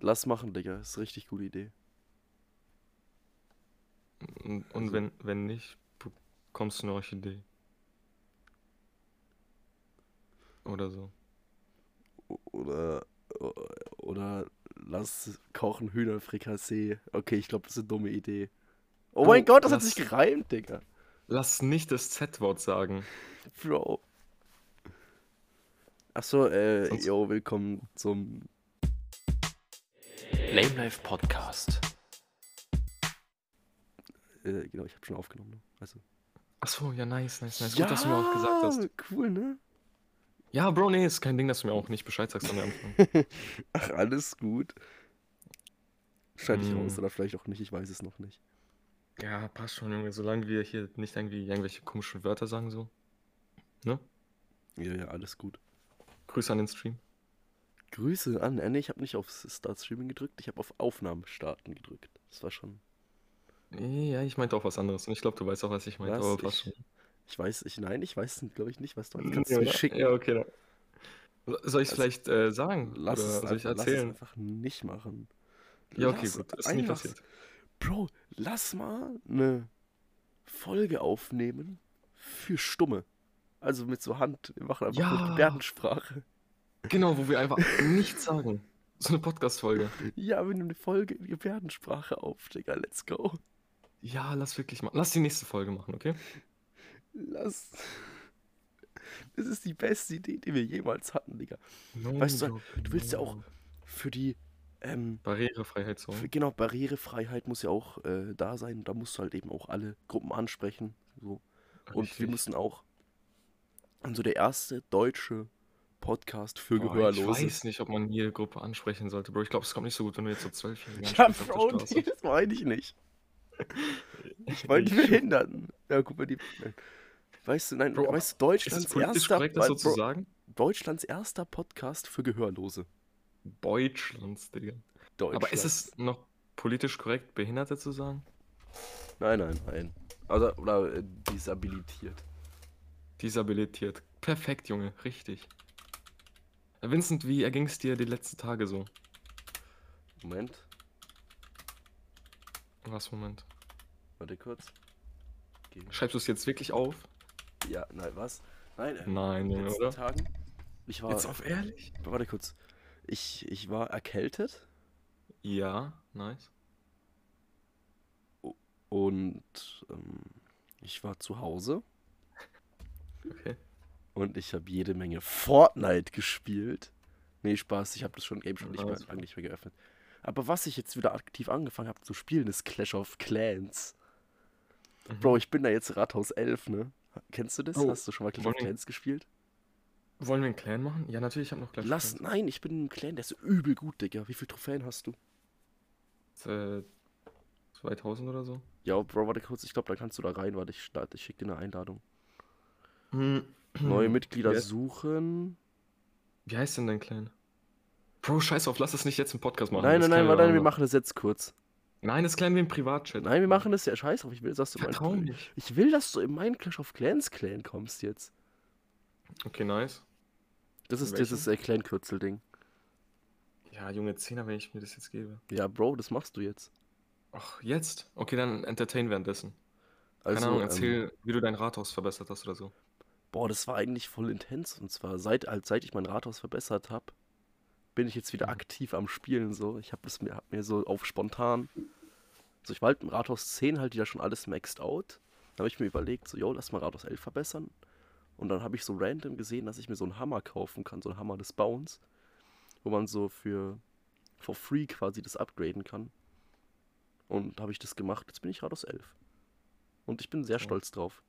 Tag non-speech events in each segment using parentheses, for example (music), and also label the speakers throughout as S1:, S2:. S1: Lass machen, Digga. Ist richtig gute Idee.
S2: Und, und wenn, wenn nicht, bekommst du eine Orchidee. Oder so.
S1: O- Oder, o- oder lass kochen Hühnerfrikassee. Okay, ich glaube, das ist eine dumme Idee. Oh
S2: Du,
S1: mein Gott, das hat
S2: lass-
S1: sich gereimt, Digga.
S2: Lass nicht das Z-Wort sagen.
S1: Bro. Achso, äh,
S2: Sonst-
S1: yo, willkommen zum
S3: Lame Life Podcast.
S1: Äh, genau, ich habe schon aufgenommen. ne? Also,
S2: Achso, ja, nice, nice, nice. Gut, dass du mir auch gesagt hast.
S1: Ja, Cool, ne?
S2: Ja, Bro, nee, ist kein Ding, dass du mir auch nicht Bescheid sagst am Anfang.
S1: Ach, alles gut. Schneid ich
S2: Mm.
S1: raus oder vielleicht auch nicht, ich weiß es noch nicht.
S2: (laughs) Ja, passt schon, Junge, solange wir hier nicht irgendwie irgendwelche komischen Wörter sagen, so. Ne?
S1: Ja, ja, alles gut.
S2: Grüße an den Stream.
S1: Grüße an. Äh, nee, ich habe nicht auf Start Streaming gedrückt, ich habe auf Aufnahmen starten gedrückt. Das war schon.
S2: Ja, ich meinte auch was anderes. Und ich glaube, du weißt auch, was ich meinte.
S1: Was?
S2: Aber passt
S1: Ich-
S2: schon.
S1: Ich weiß, ich, nein, ich weiß, glaube ich, nicht, was du meinst.
S2: (laughs) Ja,
S1: Kannst du mir
S2: ja,
S1: schicken?
S2: Ja, okay. Dann. So- Soll ich es
S1: Also,
S2: vielleicht äh, sagen?
S1: Lass,
S2: Oder
S1: es
S2: soll
S1: einfach,
S2: ich
S1: lass es
S2: erzählen?
S1: einfach nicht machen.
S2: Ja, okay,
S1: Lass
S2: gut. Ist nie
S1: einfach-
S2: passiert.
S1: Bro, lass mal eine Folge aufnehmen für Stumme. Also mit so Hand. Wir machen einfach
S2: Ja.
S1: nur Gebärdensprache.
S2: Genau, wo wir einfach nichts sagen. So eine Podcast-Folge.
S1: Ja, wir nehmen eine Folge in Gebärdensprache auf, Digga. Let's go.
S2: Ja, lass wirklich mal. Lass die nächste Folge machen, okay?
S1: Lass. Das ist die beste Idee, die wir jemals hatten, Digga.
S2: No
S1: Weißt du,
S2: joke,
S1: du willst ja auch-
S2: no.
S1: Für die, ähm,
S2: Barrierefreiheitszone.
S1: für, genau, Barrierefreiheit muss ja auch äh, da sein. Da musst du halt eben auch alle Gruppen ansprechen. So. Und wir
S2: Richtig.
S1: müssen auch. Also der erste deutsche Podcast für
S2: Boah, Oh,
S1: Gehörlose.
S2: ich
S1: (laughs)
S2: weiß nicht, ob man jede Gruppe ansprechen sollte, Bro. Ich glaube, es kommt nicht so gut, wenn du jetzt so zwölf
S1: Ja, Bro, nee, das meine ich nicht.
S2: (laughs)
S1: Ich meine die Behinderten. Ja, guck mal, die. Nein. Weißt du, nein,
S2: Bro, aber
S1: weißt du,
S2: Ist es
S1: Deutschlands
S2: politisch
S1: erster,
S2: korrekt, das so
S1: Bro,
S2: zu sagen?
S1: Deutschlands erster Podcast für Gehörlose.
S2: Deutschlands, Digga.
S1: Deutschland.
S2: Aber ist es noch politisch korrekt, Behinderte zu sagen?
S1: Nein, nein, nein. Also, oder äh, disabilitiert.
S2: Disabilitiert. Perfekt, Junge, richtig. Äh, Vincent, wie erging es dir die letzten Tage so?
S1: Moment,
S2: Was, Moment.
S1: warte kurz. Geh-
S2: Schreibst du es jetzt wirklich auf?
S1: Ja, nein, was? Nein, äh,
S2: Nein,
S1: in den
S2: Junge,
S1: letzten
S2: oder?
S1: Tagen. Ich war.
S2: Jetzt auf ehrlich?
S1: Warte kurz. Ich, ich war erkältet
S2: Ja, nice.
S1: und ähm, ich war zu Hause.
S2: Okay.
S1: Und ich habe jede Menge Fortnite gespielt. Nee, Spaß, ich habe das schon eben schon nicht mehr,
S2: Nice.
S1: lange nicht mehr geöffnet. Aber was ich jetzt wieder aktiv angefangen habe zu spielen, ist Clash of Clans.
S2: Mhm.
S1: Bro, ich bin da jetzt Rathaus 11, ne? Kennst du das?
S2: Oh,
S1: Hast du schon mal Clash of
S2: wollen wir-
S1: Clans gespielt?
S2: Wollen wir einen Clan machen? Ja, natürlich, ich habe noch Clash of
S1: Lass,
S2: Clans.
S1: nein, ich bin im Clan, der ist übel gut, Digga. Wie viele Trophäen hast du?
S2: Äh, 2000 oder so?
S1: Ja, Bro, warte kurz, ich glaube, da kannst du da rein. Warte, ich, starte- ich schicke dir eine Einladung.
S2: Hm. (clears throat)
S1: Neue Mitglieder
S2: Yes.
S1: suchen.
S2: Wie heißt denn dein Clan? Bro, scheiß auf, lass das nicht jetzt im Podcast machen.
S1: nein,
S2: das
S1: nein, nein,
S2: klären
S1: warte, wir
S2: wann
S1: machen das jetzt kurz.
S2: anders. Nein, das klären wir im Privatchat.
S1: Nein, wir machen das ja scheiß drauf. Ich will, dass du mein-
S2: Vertrau mir.
S1: Ich will, dass du in meinen Clash of Clans Clan kommst jetzt.
S2: Okay, nice.
S1: Das ist
S2: Welchen?
S1: dieses äh, Clan-Kürzel-Ding.
S2: Ja, Junge, Zehner, wenn ich mir das jetzt gebe.
S1: Ja, Bro, das machst du jetzt.
S2: Ach, jetzt? Okay, dann entertain währenddessen. Keine
S1: Also,
S2: Ahnung,
S1: Ähm,
S2: erzähl, wie du dein Rathaus verbessert hast oder so.
S1: boah, das war eigentlich voll intens. Und zwar, seit, als, seit ich mein Rathaus verbessert habe, bin ich jetzt wieder
S2: Mhm.
S1: aktiv am Spielen. So. Ich habe mir, hab mir so auf spontan. So, ich war halt im Rathaus 10 halt wieder schon alles maxed out. Dann habe ich mir überlegt, so, yo, lass mal Rathaus 11 verbessern. Und dann habe ich so random gesehen, dass ich mir so einen Hammer kaufen kann, so einen Hammer des Bauens, wo man so für for free quasi das upgraden kann. Und habe ich das gemacht. Jetzt bin ich Rathaus 11. Und ich bin sehr
S2: Wow.
S1: stolz drauf.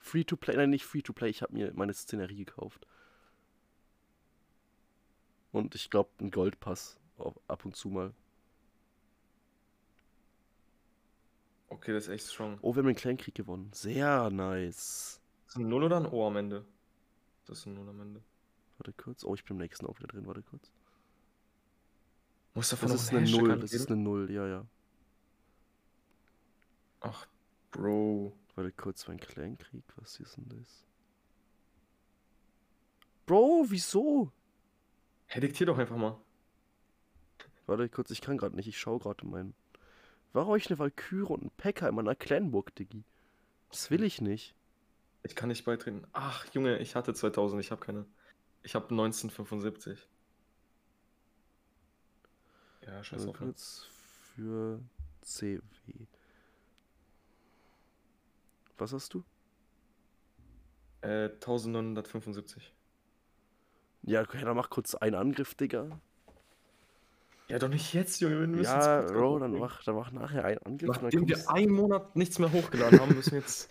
S1: Free to play, nein, nicht free to play, ich habe mir meine Szenerie gekauft. Und ich glaube, einen Goldpass au- ab und zu mal.
S2: Okay, das ist echt strong.
S1: Oh, wir haben den Kleinkrieg gewonnen. Sehr nice.
S2: Ist ein Null oder ein O am Ende? Das ist ein Null am Ende.
S1: Warte kurz. Oh, ich bin im nächsten auch wieder drin. Warte kurz.
S2: Muss davon
S1: Das
S2: noch
S1: ist
S2: ein
S1: eine
S2: Hashtag
S1: Null.
S2: angeben?
S1: Das ist eine Null. Ja, ja.
S2: Ach, Bro.
S1: Warte kurz, mein Kleinkrieg. Was ist denn das? Bro, wieso?
S2: Hey, diktier doch einfach mal.
S1: Warte kurz, ich kann gerade nicht. Ich schaue gerade meinen. Warum hab ich eine Valkyrie und einen Päcker in meiner Clanburg, Diggi? Das will ich nicht.
S2: Ich kann nicht beitreten. Ach, Junge, ich hatte 2000, ich habe keine. Ich habe 1975. Ja, scheiß
S1: Warte
S2: auf. ne?
S1: Also kurz für CW. Was hast du?
S2: Äh, 1975.
S1: Ja, okay, dann mach kurz einen Angriff, Digga.
S2: Ja, doch nicht jetzt, Junge. Wir müssen jetzt
S1: ja,
S2: kurz
S1: Bro, dann
S2: hochbringen.
S1: mach, dann mach nachher einen Angriff. und dann
S2: Nachdem
S1: kommst-
S2: wir einen Monat nichts mehr hochgeladen haben, müssen wir
S1: (laughs)
S2: jetzt.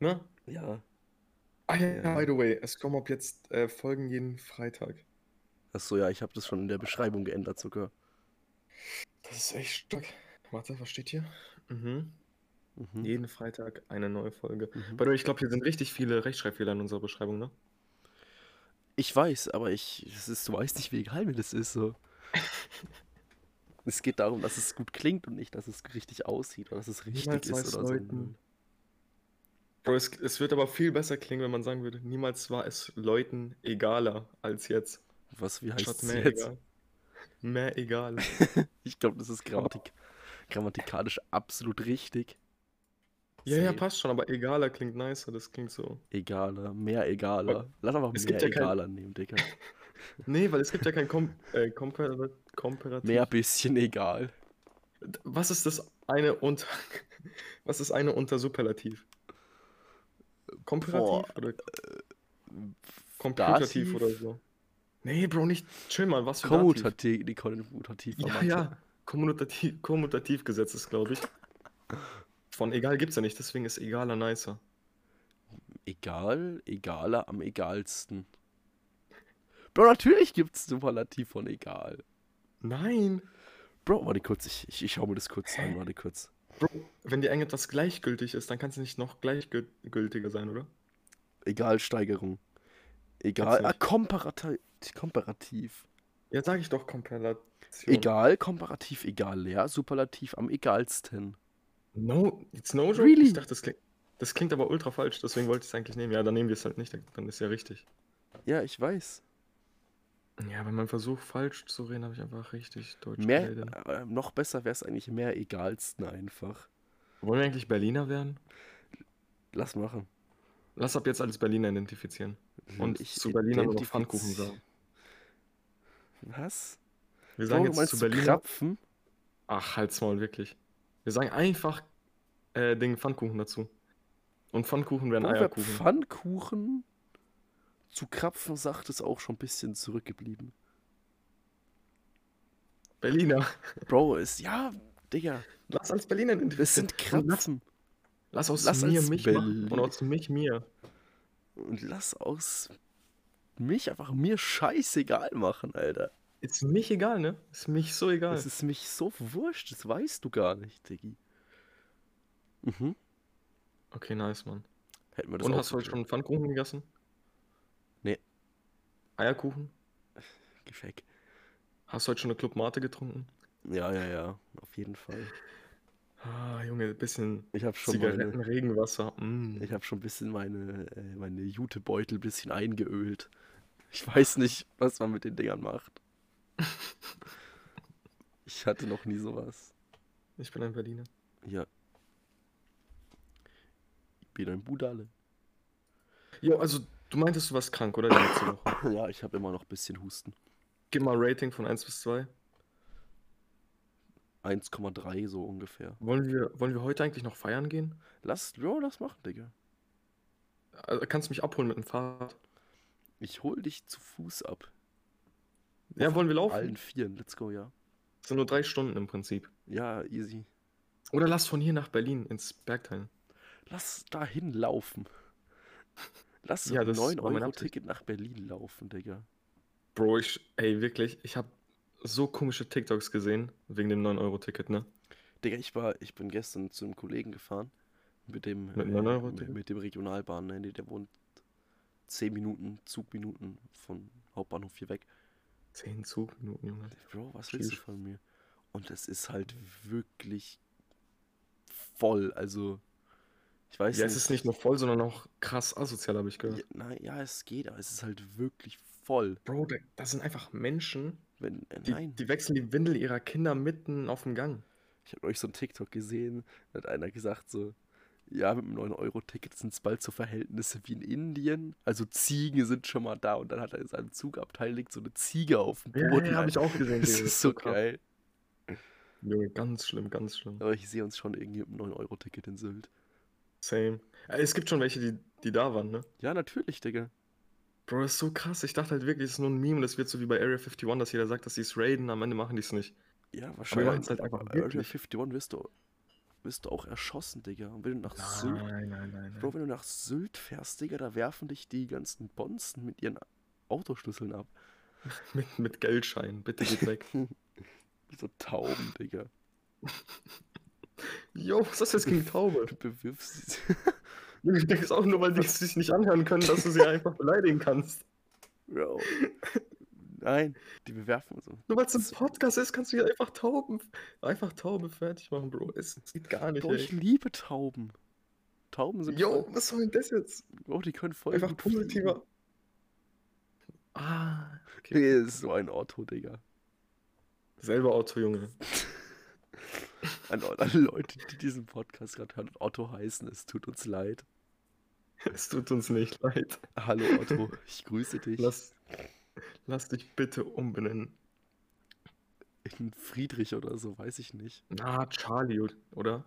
S2: Ne?
S1: ja.
S2: Ah ja,
S1: Ja.
S2: by the way, es kommen ab jetzt äh, Folgen jeden Freitag.
S1: Achso, ja, ich habe das schon in der Beschreibung geändert sogar.
S2: Das ist echt stark. Warte, was steht hier? Mhm.
S1: Mhm.
S2: Jeden Freitag eine neue Folge.
S1: Mhm.
S2: By the way, ich glaube, hier sind richtig viele Rechtschreibfehler in unserer Beschreibung, ne?
S1: Ich weiß, aber ich, das ist, du weißt nicht, wie geil mir das ist.
S2: (laughs)
S1: So. es geht darum, dass es gut klingt und nicht, dass es richtig aussieht oder dass es richtig
S2: Niemals
S1: ist
S2: weiß
S1: oder so.
S2: Leuten. Bro, es, es wird aber viel besser klingen, wenn man sagen würde, niemals war es Leuten egaler als jetzt.
S1: Was, wie heißt
S2: Statt
S1: es
S2: mehr
S1: jetzt?
S2: egal. Mehr (laughs) egal.
S1: Ich glaube, das ist Grammatik, grammatikalisch absolut richtig.
S2: ja, ja,
S1: Safe.
S2: passt schon, aber egaler klingt nicer, das klingt so.
S1: Egaler, mehr egaler. Lass einfach
S2: es
S1: mehr
S2: gibt ja kein-
S1: egaler nehmen,
S2: (laughs)
S1: Digga.
S2: Nee, weil es gibt ja kein Kom äh, Kompar Komparativ.
S1: Mehr bisschen egal.
S2: Was ist das eine unter (laughs) Was ist eine unter Superlativ? Komparativ
S1: Boah,
S2: oder
S1: Dativ?
S2: Komputativ oder so? Nee, Bro, nicht chill mal, was für Dativ?
S1: Kommutativ, Oh, die Kommutativ. war
S2: Ja,
S1: Mathe.
S2: ja, Kommutativ, Kommutativgesetz ist, glaube ich. Von egal gibt's ja nicht, deswegen ist egaler nicer.
S1: Egal, egaler am egalsten. Bro, natürlich gibt's Superlativ von egal.
S2: Nein,
S1: Bro, warte kurz, ich, ich, ich schau mir das kurz an, warte kurz.
S2: Bro, wenn dir irgendetwas gleichgültig ist, dann kann es nicht noch gleichgültiger sein, oder?
S1: Egal, Steigerung. Egal,
S2: Gibt's
S1: ah,
S2: nicht.
S1: komparativ, komparativ.
S2: Ja, sage ich doch Komparativ.
S1: Egal, komparativ, egal, leer, superlativ, am egalsten.
S2: No, it's no joke.
S1: Really?
S2: Ich dachte, das klingt, das klingt aber ultra falsch, deswegen wollte ich es eigentlich nehmen. Ja, dann nehmen wir es halt nicht, dann- dann ist ja richtig.
S1: Ja, ich weiß.
S2: Ja, bei meinem Versuch falsch zu reden, habe ich einfach richtig Deutsch
S1: Mehr,
S2: geredet.
S1: äh, noch besser wäre es eigentlich mehr egalsten einfach.
S2: Wollen wir eigentlich Berliner werden?
S1: Lass machen.
S2: Lass ab jetzt alles Berliner identifizieren. Und
S1: Ich
S2: zu Berliner nur noch
S1: identifiz-
S2: Pfannkuchen sagen.
S1: Was?
S2: Wir
S1: Bro,
S2: sagen
S1: du
S2: jetzt
S1: meinst
S2: zu
S1: zu
S2: Berliner.
S1: Krapfen?
S2: Ach, halt's Maul, wirklich. Wir sagen einfach äh, den Pfannkuchen dazu. Und Pfannkuchen werden
S1: Bro, wer
S2: Eierkuchen.
S1: Pfannkuchen zu Krapfen sagt, ist auch schon ein bisschen zurückgeblieben.
S2: Berliner.
S1: Bro, ist, ja, Digga,
S2: Lass als Berliner identifizieren.
S1: es sind
S2: (laughs) Und lass,
S1: Krapfen.
S2: lass aus
S1: lass
S2: mir
S1: als
S2: mich machen. Und
S1: Berlin-
S2: aus mich mir.
S1: Und lass aus mich einfach mir scheißegal machen, Alter.
S2: Ist mich egal, ne? Ist mich so egal.
S1: Es ist mich so wurscht, das weißt du gar nicht, Diggi. Mhm.
S2: Okay, nice, Mann.
S1: Hätten wir das
S2: Und
S1: auch
S2: hast du heute schon
S1: geklärt.
S2: einen Pfannkuchen gegessen?
S1: Nee.
S2: Eierkuchen?
S1: Gefick.
S2: Hast du heute schon eine Club Mate getrunken?
S1: Ja, ja, ja, auf jeden Fall.
S2: Ah, Junge, ein bisschen
S1: Ich habe schon
S2: Zigaretten,
S1: meine,
S2: Regenwasser. Mm.
S1: ich habe schon ein bisschen meine äh, meine Jutebeutel ein bisschen eingeölt. Ich weiß nicht, was man mit den Dingern macht.
S2: (laughs)
S1: Ich hatte noch nie sowas.
S2: Ich bin ein Berliner.
S1: Ja. Ich bin ein Budale.
S2: Jo, also du meintest, du warst krank, oder? Die
S1: (laughs)
S2: letzte Woche.
S1: Ja, ich habe immer noch ein bisschen Husten.
S2: Gib mal Rating von 1 bis 2.
S1: 1,3 so ungefähr.
S2: Wollen wir, wollen wir heute eigentlich noch feiern gehen?
S1: Lass, ja, lass machen, Digga.
S2: Also, kannst du mich abholen mit dem Fahrrad?
S1: Ich hol dich zu Fuß ab.
S2: Ja, wollen wir
S1: Auf
S2: laufen?
S1: allen Vieren. Let's go, ja.
S2: Das sind nur drei Stunden im Prinzip.
S1: Ja, easy.
S2: Oder lass von hier nach Berlin ins Bergteil.
S1: Lass dahin laufen. Lass
S2: Ja,
S1: ja,
S2: das
S1: 9
S2: war meine
S1: Euro
S2: Absicht.
S1: Ticket nach Berlin laufen, Digga.
S2: Bro, ich, ey, wirklich, ich habe so komische TikToks gesehen, wegen dem 9-Euro-Ticket, ne?
S1: Digga, ich war, ich bin gestern zu einem Kollegen gefahren. Mit dem, äh,
S2: Mit einem 9 Euro
S1: mit,
S2: Ticket?
S1: mit dem Regionalbahn, ne, der wohnt 10 Minuten, Zugminuten von Hauptbahnhof hier weg.
S2: Zehn Zugminuten, Junge.
S1: Bro, was willst du
S2: Tschüss.
S1: von mir? Und es ist halt wirklich voll. Also, ich weiß
S2: Ja,
S1: nicht.
S2: es ist nicht nur voll, sondern auch krass asozial, habe ich
S1: Ja,
S2: gehört.
S1: nein, ja, es geht, aber es ist halt wirklich voll.
S2: Bro, da, da sind einfach Menschen,
S1: Wenn, äh,
S2: Die,
S1: nein.
S2: die wechseln die Windel ihrer Kinder mitten auf dem Gang.
S1: Ich habe euch so ein TikTok gesehen, da hat einer gesagt so, ja, mit dem 9-Euro-Ticket sind es bald so Verhältnisse wie in Indien. Also Ziegen sind schon mal da und dann hat er in seinem Zugabteil liegt so eine Ziege auf dem Boden.
S2: hab
S1: Alter.
S2: auch
S1: (laughs)
S2: gesehen.
S1: das
S2: Digga,
S1: ist so
S2: krass.
S1: geil.
S2: Junge, ganz schlimm, ganz schlimm.
S1: Aber ich sehe uns schon irgendwie mit einem 9-Euro-Ticket in Sylt.
S2: Same. Äh, Es gibt schon welche, die, die da waren, ne?
S1: Ja, natürlich, Digga.
S2: Bro, das ist so krass. Ich dachte halt wirklich, das ist nur ein Meme und das wird so wie bei Area 51, dass jeder sagt, dass die es raiden, am Ende machen die es nicht.
S1: Ja,
S2: wir
S1: wahrscheinlich.
S2: machen's halt einfach
S1: Area
S2: wirklich.
S1: 51 wirst du, wirst du auch erschossen, Digga. Und wenn du nach Sylt
S2: nein, nein.
S1: Bro, wenn du nach Sylt fährst, Digga, da werfen dich die ganzen Bonzen mit ihren Autoschlüsseln ab.
S2: Mit, mit Geldschein,
S1: (laughs)
S2: bitte geht weg.
S1: So
S2: (laughs)
S1: Tauben, Digga.
S2: Jo, was ist das jetzt gegen Taube?
S1: Du bewirfst sie.
S2: Ich denke es auch nur, weil die es sich nicht anhören können,
S1: (laughs)
S2: dass du sie einfach beleidigen kannst.
S1: (laughs) Bro. Nein, die bewerfen uns. so.
S2: Nur weil es ein Podcast ist, kannst du hier einfach Tauben, einfach Taube fertig machen, Bro. Es geht gar nicht,
S1: Bro, ich
S2: ey.
S1: liebe Tauben. Tauben sind.
S2: Jo,
S1: voll-
S2: was soll denn das jetzt?
S1: Bro, die können voll.
S2: Einfach
S1: gut fliegen.
S2: positiver. Ah, okay.
S1: Nee, das ist so ein Otto, Digga.
S2: Selber Auto, Junge. (laughs)
S1: An alle (laughs) Leute, die diesen Podcast gerade hören und Otto heißen, es tut uns leid.
S2: Es tut uns nicht leid.
S1: Hallo Otto,
S2: (laughs)
S1: ich grüße dich.
S2: Lass, lass dich bitte umbenennen.
S1: In Friedrich oder so, weiß ich nicht.
S2: Na, Charlie, oder?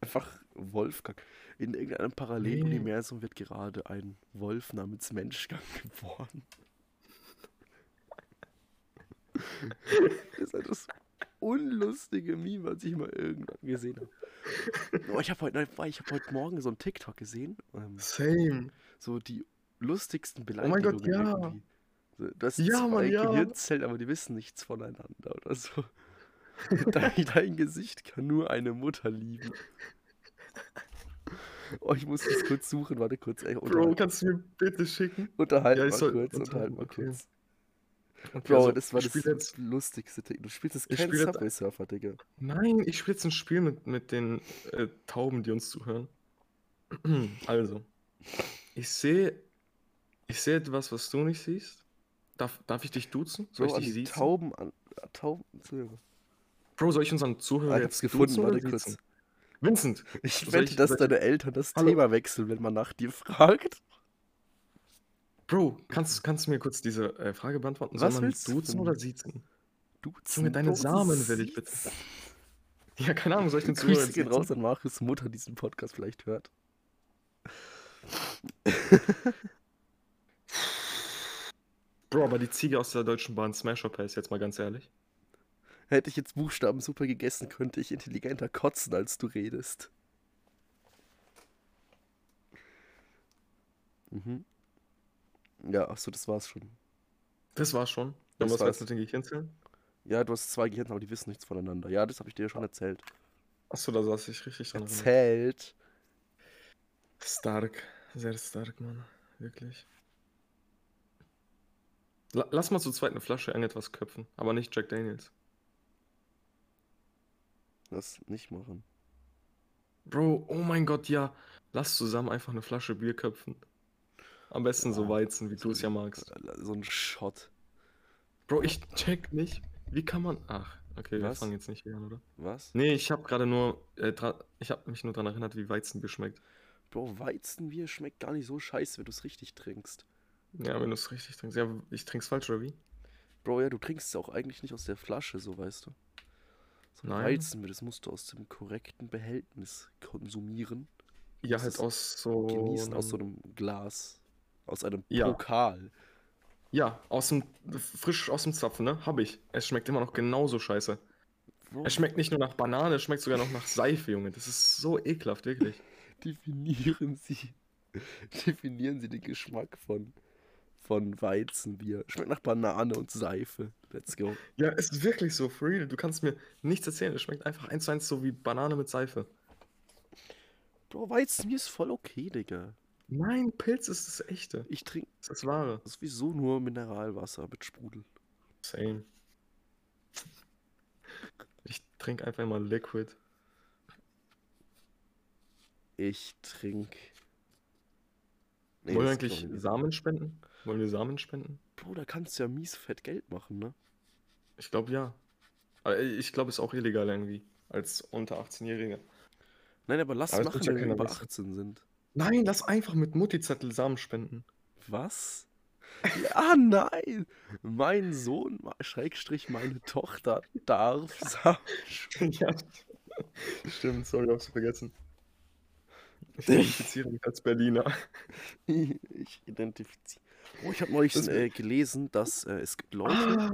S1: Einfach Wolfgang. In irgendeinem Paralleluniversum wird gerade ein Wolf namens Menschgang geboren. das ist halt das unlustige Meme, was ich mal irgendwann gesehen habe. Oh, ich habe heute, nein, ich hab heute Morgen so ein TikTok gesehen. Ähm,
S2: Same.
S1: so die lustigsten
S2: Oh mein
S1: Beleidigungen
S2: Gott, ja.
S1: irgendwie. So, Das
S2: Ja,
S1: zwei
S2: Mann, ja.
S1: Gehirnzellen, aber die wissen nichts voneinander oder so. (laughs) Dein, dein Gesicht kann nur eine Mutter lieben. Oh, ich muss das kurz suchen, warte kurz. Ey,
S2: Bro,
S1: unterhalt,
S2: kannst du mir bitte schicken?
S1: unterhalt
S2: Ja, ich
S1: mal
S2: soll-
S1: kurz, unterhalt
S2: unterhalten,
S1: mal
S2: okay.
S1: kurz.
S2: Okay,
S1: Bro,
S2: also,
S1: das war
S2: ich
S1: das
S2: spiel jetzt.
S1: lustigste. Ding. Du spielst das
S2: Ich
S1: kein
S2: spiel jetzt-
S1: Subway Surfer, Digga.
S2: Nein, ich spiele jetzt ein Spiel mit, mit den äh, Tauben, die uns zuhören. (clears throat) Also, ich sehe ich sehe etwas, was du nicht siehst. Darf, darf ich dich duzen? Soll
S1: Bro, an
S2: ich dich
S1: die
S2: siezen?
S1: Tauben an. an Tauben. Zuhörer.
S2: Bro, soll ich unseren Zuhörer
S1: Ah, ich hab's
S2: jetzt
S1: gefunden,
S2: duzen oder
S1: warte
S2: siezen?
S1: kurz.
S2: Vincent,
S1: Ich
S2: Soll
S1: wette,
S2: ich-
S1: dass
S2: soll ich-
S1: deine Eltern das
S2: Hallo?
S1: Thema wechseln, wenn man nach dir fragt.
S2: Bro, kannst, kannst du mir kurz diese äh, Frage beantworten?
S1: Was
S2: soll man
S1: willst du
S2: duzen
S1: von
S2: oder
S1: mir?
S2: siezen? (laughs)
S1: Duzen.
S2: Junge, deine
S1: Bro, das
S2: Samen
S1: ist
S2: will
S1: (laughs)
S2: ich bitte.
S1: süß.
S2: Ja, keine Ahnung,
S1: (laughs)
S2: soll ich den Zuhörer
S1: Grüße
S2: jetzt
S1: gehen
S2: siezen?
S1: raus an Marius Mutter, die diesen Podcast vielleicht hört.
S2: Bro, aber die Ziege aus der Deutschen Bahn Smash Hopper ist jetzt mal ganz ehrlich.
S1: Hätte ich jetzt Buchstaben super gegessen, könnte ich intelligenter kotzen, als du redest. Mhm. Ja, achso, das war's schon.
S2: Das war's schon.
S1: Das
S2: Dann was
S1: war's.
S2: kannst du den Gehirnzellen?
S1: Ja, du hast zwei Gehirne, aber die wissen nichts voneinander. Ja, das habe ich dir ja schon erzählt.
S2: Achso, da saß ich richtig dran. erinnert.
S1: Erzählt.
S2: Stark, sehr stark, Mann. Wirklich. La lass mal zu zweit eine Flasche irgendetwas köpfen, aber nicht Jack Daniels.
S1: Das nicht machen.
S2: Bro, oh mein Gott, ja. Lass zusammen einfach eine Flasche Bier köpfen. Am besten so
S1: Ja,
S2: Weizen, wie
S1: so
S2: du es ja magst.
S1: So ein Shot.
S2: Bro, ich check nicht. Wie kann man. Ach, okay, wir
S1: Was?
S2: fangen jetzt nicht wieder an, oder?
S1: Was?
S2: Nee, ich habe gerade nur. Äh, dra- ich habe mich nur daran erinnert, wie Weizenbier schmeckt.
S1: Bro, Weizenbier schmeckt gar nicht so scheiße, wenn du es richtig trinkst.
S2: Ja, wenn du es richtig trinkst. Ja, ich trink's falsch, oder wie?
S1: Bro, ja, du trinkst es auch eigentlich nicht aus der Flasche, so weißt du. So ein
S2: Nein.
S1: Weizenbier, das musst du aus dem korrekten Behältnis konsumieren,
S2: Ja,
S1: Das ist
S2: halt aus so.
S1: genießen, aus
S2: einem-
S1: so einem Glas, aus einem
S2: Ja.
S1: Pokal.
S2: Ja, aus dem, frisch aus dem Zapfen, ne? Hab ich. Es schmeckt immer noch genauso scheiße.
S1: Bro,
S2: Es schmeckt nicht nur nach Banane, es schmeckt sogar noch nach Seife, Junge. Das ist so ekelhaft, wirklich.
S1: definieren sie, (laughs) definieren sie den Geschmack von, von Weizenbier. Schmeckt nach Banane und Seife. Let's go.
S2: Ja, ist wirklich so, for real. Du kannst mir nichts erzählen. Es schmeckt einfach eins zu eins so wie Banane mit Seife.
S1: Bro, Weizenbier ist voll okay, Digga.
S2: Nein, Pilz ist das echte.
S1: Ich trinke
S2: Das ist das wahre.
S1: sowieso nur Mineralwasser mit Sprudel.
S2: Same. Ich trinke einfach immer Liquid.
S1: Ich trinke.
S2: Wollen wir eigentlich Samen spenden? Wollen wir Samen spenden?
S1: Bro, da kannst du ja mies fett Geld machen, ne?
S2: Ich glaube ja. Aber ich glaube, ist auch illegal irgendwie. Als unter 18-Jähriger.
S1: Nein, aber lass
S2: Aber es
S1: machen,
S2: wird ja
S1: wenn wir
S2: keiner
S1: über
S2: wissen.
S1: 18 sind.
S2: Nein, lass einfach mit Mutti-Zettel Samen spenden.
S1: Was? Ja, (laughs) nein! Mein Sohn, Schrägstrich, meine Tochter darf (laughs) Samen spenden.
S2: ja. (laughs) Stimmt, sorry, hab's vergessen. Ich
S1: (laughs)
S2: identifiziere mich als Berliner.
S1: Ich identifiziere. Oh, ich habe neulich
S2: Das-
S1: äh, gelesen, dass äh, es gibt Leute.
S2: Ah,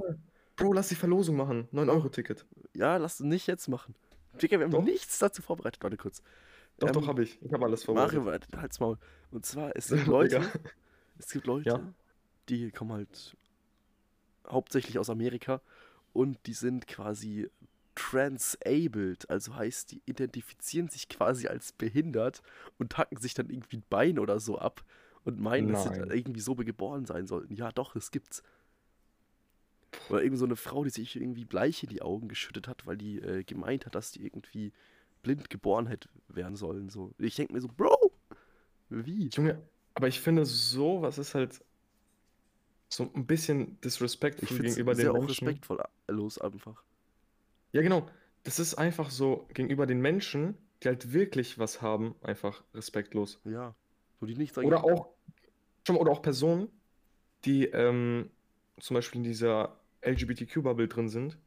S2: Bro, lass die Verlosung machen. 9-Euro-Ticket.
S1: Ja, lass es nicht jetzt machen. Digga, wir haben
S2: Doch.
S1: nichts dazu vorbereitet. Warte kurz.
S2: Doch,
S1: Ähm,
S2: doch, hab ich. Ich habe alles
S1: Mario,
S2: vorbereitet.
S1: warte, halt's Maul. Und zwar,
S2: (laughs)
S1: es gibt
S2: Digga.
S1: Leute, es gibt Leute,
S2: Ja.
S1: die kommen halt hauptsächlich aus Amerika und die sind quasi transabled, also heißt, die identifizieren sich quasi als behindert und hacken sich dann irgendwie ein Bein oder so ab und meinen, dass sie
S2: Nein.
S1: dann irgendwie so geboren sein sollten. Ja, doch, es gibt's. Oder irgend so eine Frau, die sich irgendwie bleich in die Augen geschüttet hat, weil die äh, gemeint hat, dass die irgendwie blind geboren hätte werden sollen. So. Ich denke mir so, Bro, wie?
S2: Junge, aber ich finde, sowas ist halt so ein bisschen disrespectful
S1: Ich finde es
S2: gegenüber den
S1: sehr auch
S2: Menschen.
S1: respektvoll los einfach.
S2: Ja, genau. Das ist einfach so gegenüber den Menschen, die halt wirklich was haben, einfach respektlos.
S1: Ja. Wo die nicht sagen,
S2: Oder auch, schon mal, oder auch Personen, die ähm, zum Beispiel in dieser LGBTQ-Bubble drin sind,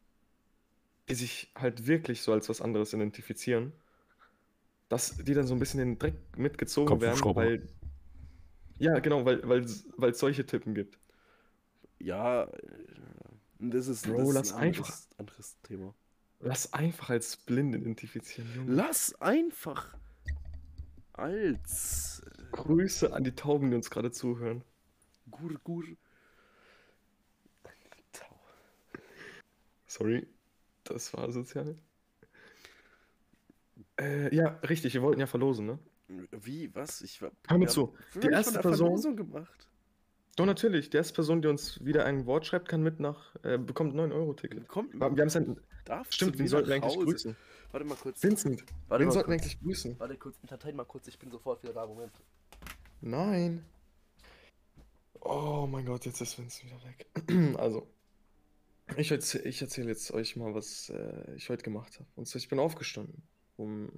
S2: die sich halt wirklich so als was anderes identifizieren, dass die dann so ein bisschen in den Dreck mitgezogen werden,
S1: Kopfhubschrauber.
S2: weil. Ja, genau, weil weil weil es solche Typen gibt.
S1: ja, äh, das ist,
S2: Bro,
S1: das ist
S2: lass
S1: ein anderes,
S2: einfach.
S1: anderes Thema.
S2: Lass einfach als blind identifizieren, Junge.
S1: Lass einfach als äh,
S2: Grüße an die Tauben, die uns gerade zuhören.
S1: Gur Gur. Tau.
S2: Sorry, das war asozial. Äh, ja, richtig, wir wollten ja verlosen, ne?
S1: Wie, was? Ich war.
S2: Hör mir
S1: wir
S2: zu.
S1: haben
S2: Die
S1: wirklich
S2: erste
S1: von der
S2: Person-
S1: Verlosung gemacht.
S2: Doch, Oh, natürlich. Die erste Person, die uns wieder ein Wort schreibt, kann mit nach, äh, bekommt 9-Euro-Ticket.
S1: Kommt,
S2: Wir haben es ja,
S1: darf
S2: stimmt,
S1: zu
S2: wen
S1: mir
S2: sollten wir
S1: nach
S2: eigentlich
S1: Hause.
S2: grüßen?
S1: Warte mal kurz.
S2: Vincent,
S1: warte
S2: wen
S1: mal
S2: sollten wir
S1: kurz.
S2: eigentlich grüßen?
S1: Warte kurz, entertain mal kurz, ich bin sofort wieder da. Moment.
S2: Nein. Oh mein Gott, jetzt ist Vincent wieder weg. (clears throat) Also, ich, erz- ich erzähle jetzt euch mal, was äh, ich heute gemacht habe. Und zwar, ich bin aufgestanden um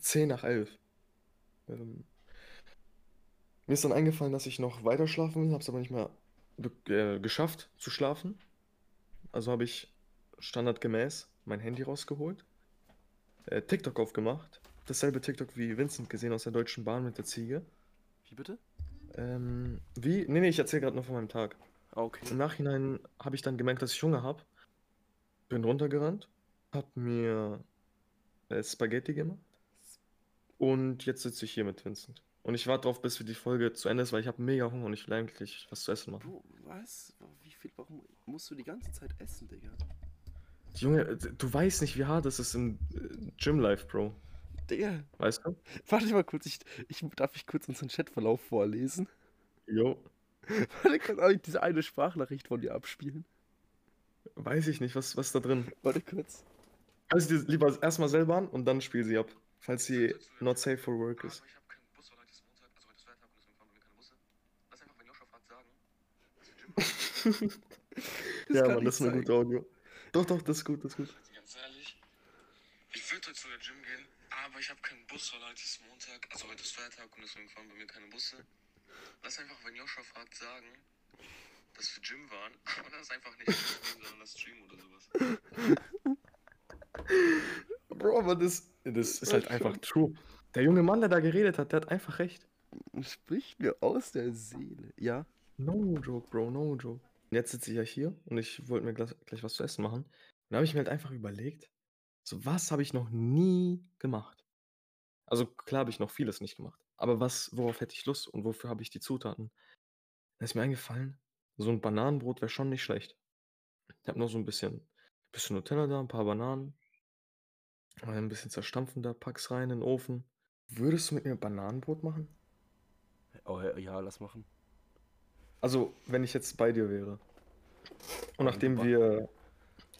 S2: 10 nach 11. Ähm, mir ist dann eingefallen, dass ich noch weiter schlafen will, habe es aber nicht mehr be- äh, geschafft zu schlafen. Also habe ich standardgemäß mein Handy rausgeholt, äh, TikTok aufgemacht, dasselbe TikTok wie Vincent gesehen aus der Deutschen Bahn mit der Ziege.
S1: Wie bitte?
S2: Ähm, wie? Nee, nee, ich erzähle gerade noch von meinem Tag.
S1: Ah, okay.
S2: Im Nachhinein habe ich dann gemerkt, dass ich Hunger habe. Bin runtergerannt, habe mir äh, Spaghetti gemacht. Und jetzt sitze ich hier mit Vincent. Und ich warte drauf, bis wir die Folge zu Ende ist, weil ich habe mega Hunger und ich will eigentlich was zu essen machen.
S1: Bro, was? Wie viel, warum musst du die ganze Zeit essen, Digga?
S2: Junge, äh, du weißt nicht, wie hart es ist im äh, Gym-Life, Bro.
S1: Digga,
S2: Weißt du?
S1: warte mal kurz, ich, ich darf ich kurz unseren Chatverlauf vorlesen. (laughs)
S2: Jo.
S1: Warte, kann auch nicht diese eine Sprachnachricht von dir abspielen?
S2: Weiß ich nicht, was, was ist da drin.
S1: Warte kurz.
S2: Also dir lieber erstmal selber an und dann spiel sie ab. Falls sie not safe for work ist.
S3: Aber ich habe keinen Bus, weil heute ist Montag, also heute ist Freitag und deswegen fahren bei mir keine Busse. Lass einfach, wenn Joscha fragt, sagen, dass wir Gym machen.
S1: Das
S2: ja,
S1: kann
S2: Mann,
S1: nicht
S2: das ist eine
S1: sein.
S2: gute Audio. Doch, doch, das ist gut, das ist gut.
S3: Also Ganz ehrlich, ich würde heute zu der Gym gehen, aber ich habe keinen Bus, weil heute ist Montag, also heute ist Freitag und deswegen fahren bei mir keine Busse. Lass einfach, wenn Joscha fragt, sagen, dass wir Gym waren, (laughs) aber das ist einfach nicht Gym, gehen, sondern das Stream oder sowas.
S2: Bro, aber das, das ist halt einfach true. Der junge Mann, der da geredet hat, der hat einfach recht.
S1: Sprich mir aus der Seele. Ja?
S2: No joke, Bro, no joke. Und jetzt sitze ich ja hier und ich wollte mir glas- gleich was zu essen machen. Dann habe ich mir halt einfach überlegt, so was habe ich noch nie gemacht? Also klar habe ich noch vieles nicht gemacht, aber was, worauf hätte ich Lust und wofür habe ich die Zutaten? Dann ist mir eingefallen, so ein Bananenbrot wäre schon nicht schlecht. Ich habe noch so ein bisschen, bisschen Nutella da, ein paar Bananen, äh, ein bisschen zerstampfen da, pack's rein in den Ofen. Würdest du mit mir Bananenbrot machen?
S1: Oh, ja, lass machen.
S2: Also, wenn ich jetzt bei dir wäre.
S1: Ja,
S2: Und nachdem
S1: super.
S2: wir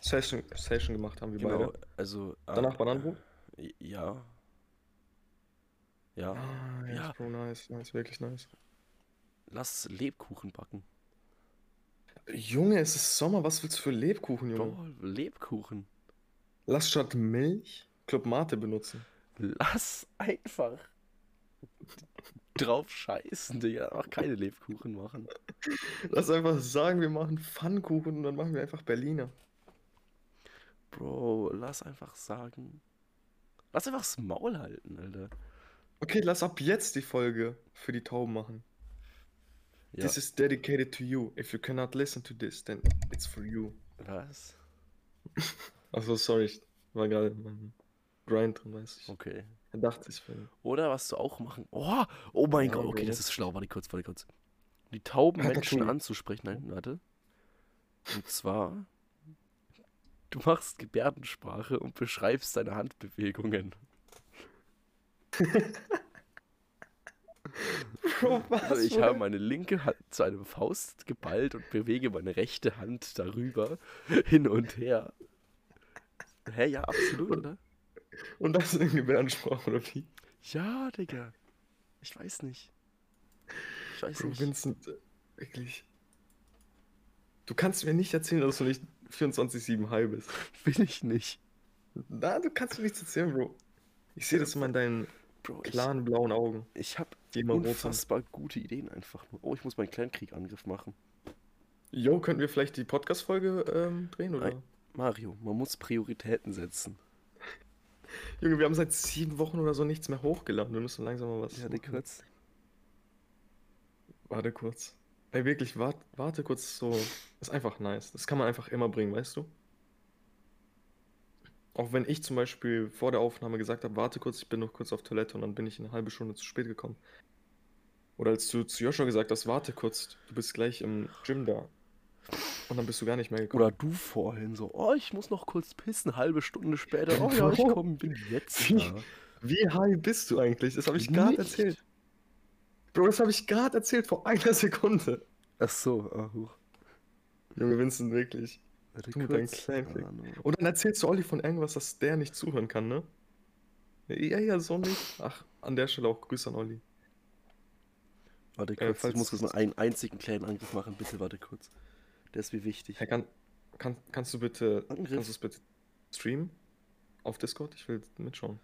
S2: Session, Session gemacht haben, wir
S1: Genau,
S2: beide.
S1: also. ah,
S2: Danach Bananenbrot?
S1: äh, Ja. Ja.
S2: Ah, Nice,
S1: Ja.
S2: Bro, nice, nice, wirklich nice.
S1: Lass Lebkuchen backen.
S2: Junge, es ist Sommer, was willst du für Lebkuchen, Junge?
S1: Bro, Lebkuchen.
S2: Lass statt Milch Club Mate benutzen.
S1: Lass einfach drauf scheißen, Digga. Einfach keine Lebkuchen machen.
S2: Lass einfach sagen, wir machen Pfannkuchen und dann machen wir einfach Berliner.
S1: Bro, lass einfach sagen. Lass einfach das Maul halten, Alter.
S2: Okay, lass ab jetzt die Folge für die Tauben machen.
S1: Ja.
S2: This is dedicated to you. If you cannot listen to this, then it's for you.
S1: Was?
S2: Achso, sorry, ich war gerade im Grind drin, weiß ich.
S1: Okay.
S2: Er dachte es für
S1: Oder was du auch machen. Oh, oh mein
S2: Ja,
S1: Gott, okay,
S2: Bro.
S1: das ist schlau. Warte kurz, warte kurz. Die tauben
S2: Ratatouille.
S1: Menschen anzusprechen. Nein, warte. Und zwar, du machst Gebärdensprache und beschreibst deine Handbewegungen.
S2: Bro, was?
S1: Also ich
S2: Bruder?
S1: habe meine linke Hand zu einer Faust geballt und bewege meine rechte Hand darüber (laughs) hin und her. Hä, ja, absolut, oder?
S2: Und das in Gebärdensprache, oder wie?
S1: Ja, Digga. Ich weiß nicht. Ich weiß
S2: Bro,
S1: nicht.
S2: Vincent, äh, wirklich. Du kannst mir nicht erzählen, dass du nicht 24-7 high bist.
S1: Will ich nicht.
S2: Na, du kannst mir nichts erzählen, Bro. Ich sehe das immer in deinen
S1: Bro, ich,
S2: klaren blauen Augen,
S1: ich habe
S2: die immer rot sind.
S1: unfassbar gute Ideen einfach nur. Oh, ich muss meinen Kleinkriegangriff machen.
S2: Jo, könnten wir vielleicht die Podcast-Folge ähm, drehen, oder?
S1: Nein. Mario, man muss Prioritäten setzen.
S2: Junge, wir haben seit sieben Wochen oder so nichts mehr hochgeladen. Wir müssen langsam mal was.
S1: Ja, Digga,
S2: machen.
S1: kurz.
S2: Warte kurz. Ey, wirklich, warte, warte kurz so. Ist einfach nice. Das kann man einfach immer bringen, weißt du? Auch wenn ich zum Beispiel vor der Aufnahme gesagt habe, warte kurz, ich bin noch kurz auf Toilette und dann bin ich eine halbe Stunde zu spät gekommen. Oder als du zu Joshua gesagt hast, warte kurz, du bist gleich im Gym da. Und dann bist du gar nicht mehr gekommen.
S1: Oder du vorhin so, oh, ich muss noch kurz pissen, halbe Stunde später. Oh ja, ich
S2: Bro.
S1: komm, bin jetzt
S2: Wie-
S1: da.
S2: Wie high bist du eigentlich? Das habe ich gerade
S1: Nicht.
S2: erzählt. Bro, das habe ich gerade erzählt, vor einer Sekunde.
S1: Ach so, ah, huch.
S2: Junge, Vincent, wirklich.
S1: Warte
S2: Du mit deinem
S1: kurz.
S2: kleinen Fick.
S1: Ah, no.
S2: Und dann erzählst du Olli von irgendwas, dass der nicht zuhören kann, ne? Ja, ja, so nicht. Ach, an der Stelle auch Grüße an Olli.
S1: Warte
S2: Äh,
S1: kurz, ich
S2: falls-
S1: muss kurz nur einen einzigen kleinen Angriff machen, bitte, warte kurz. Der ist mir wichtig.
S2: Herr, kann, kann, kannst du bitte,
S1: Angriff.
S2: kannst du es bitte streamen? Auf Discord? Ich will mitschauen.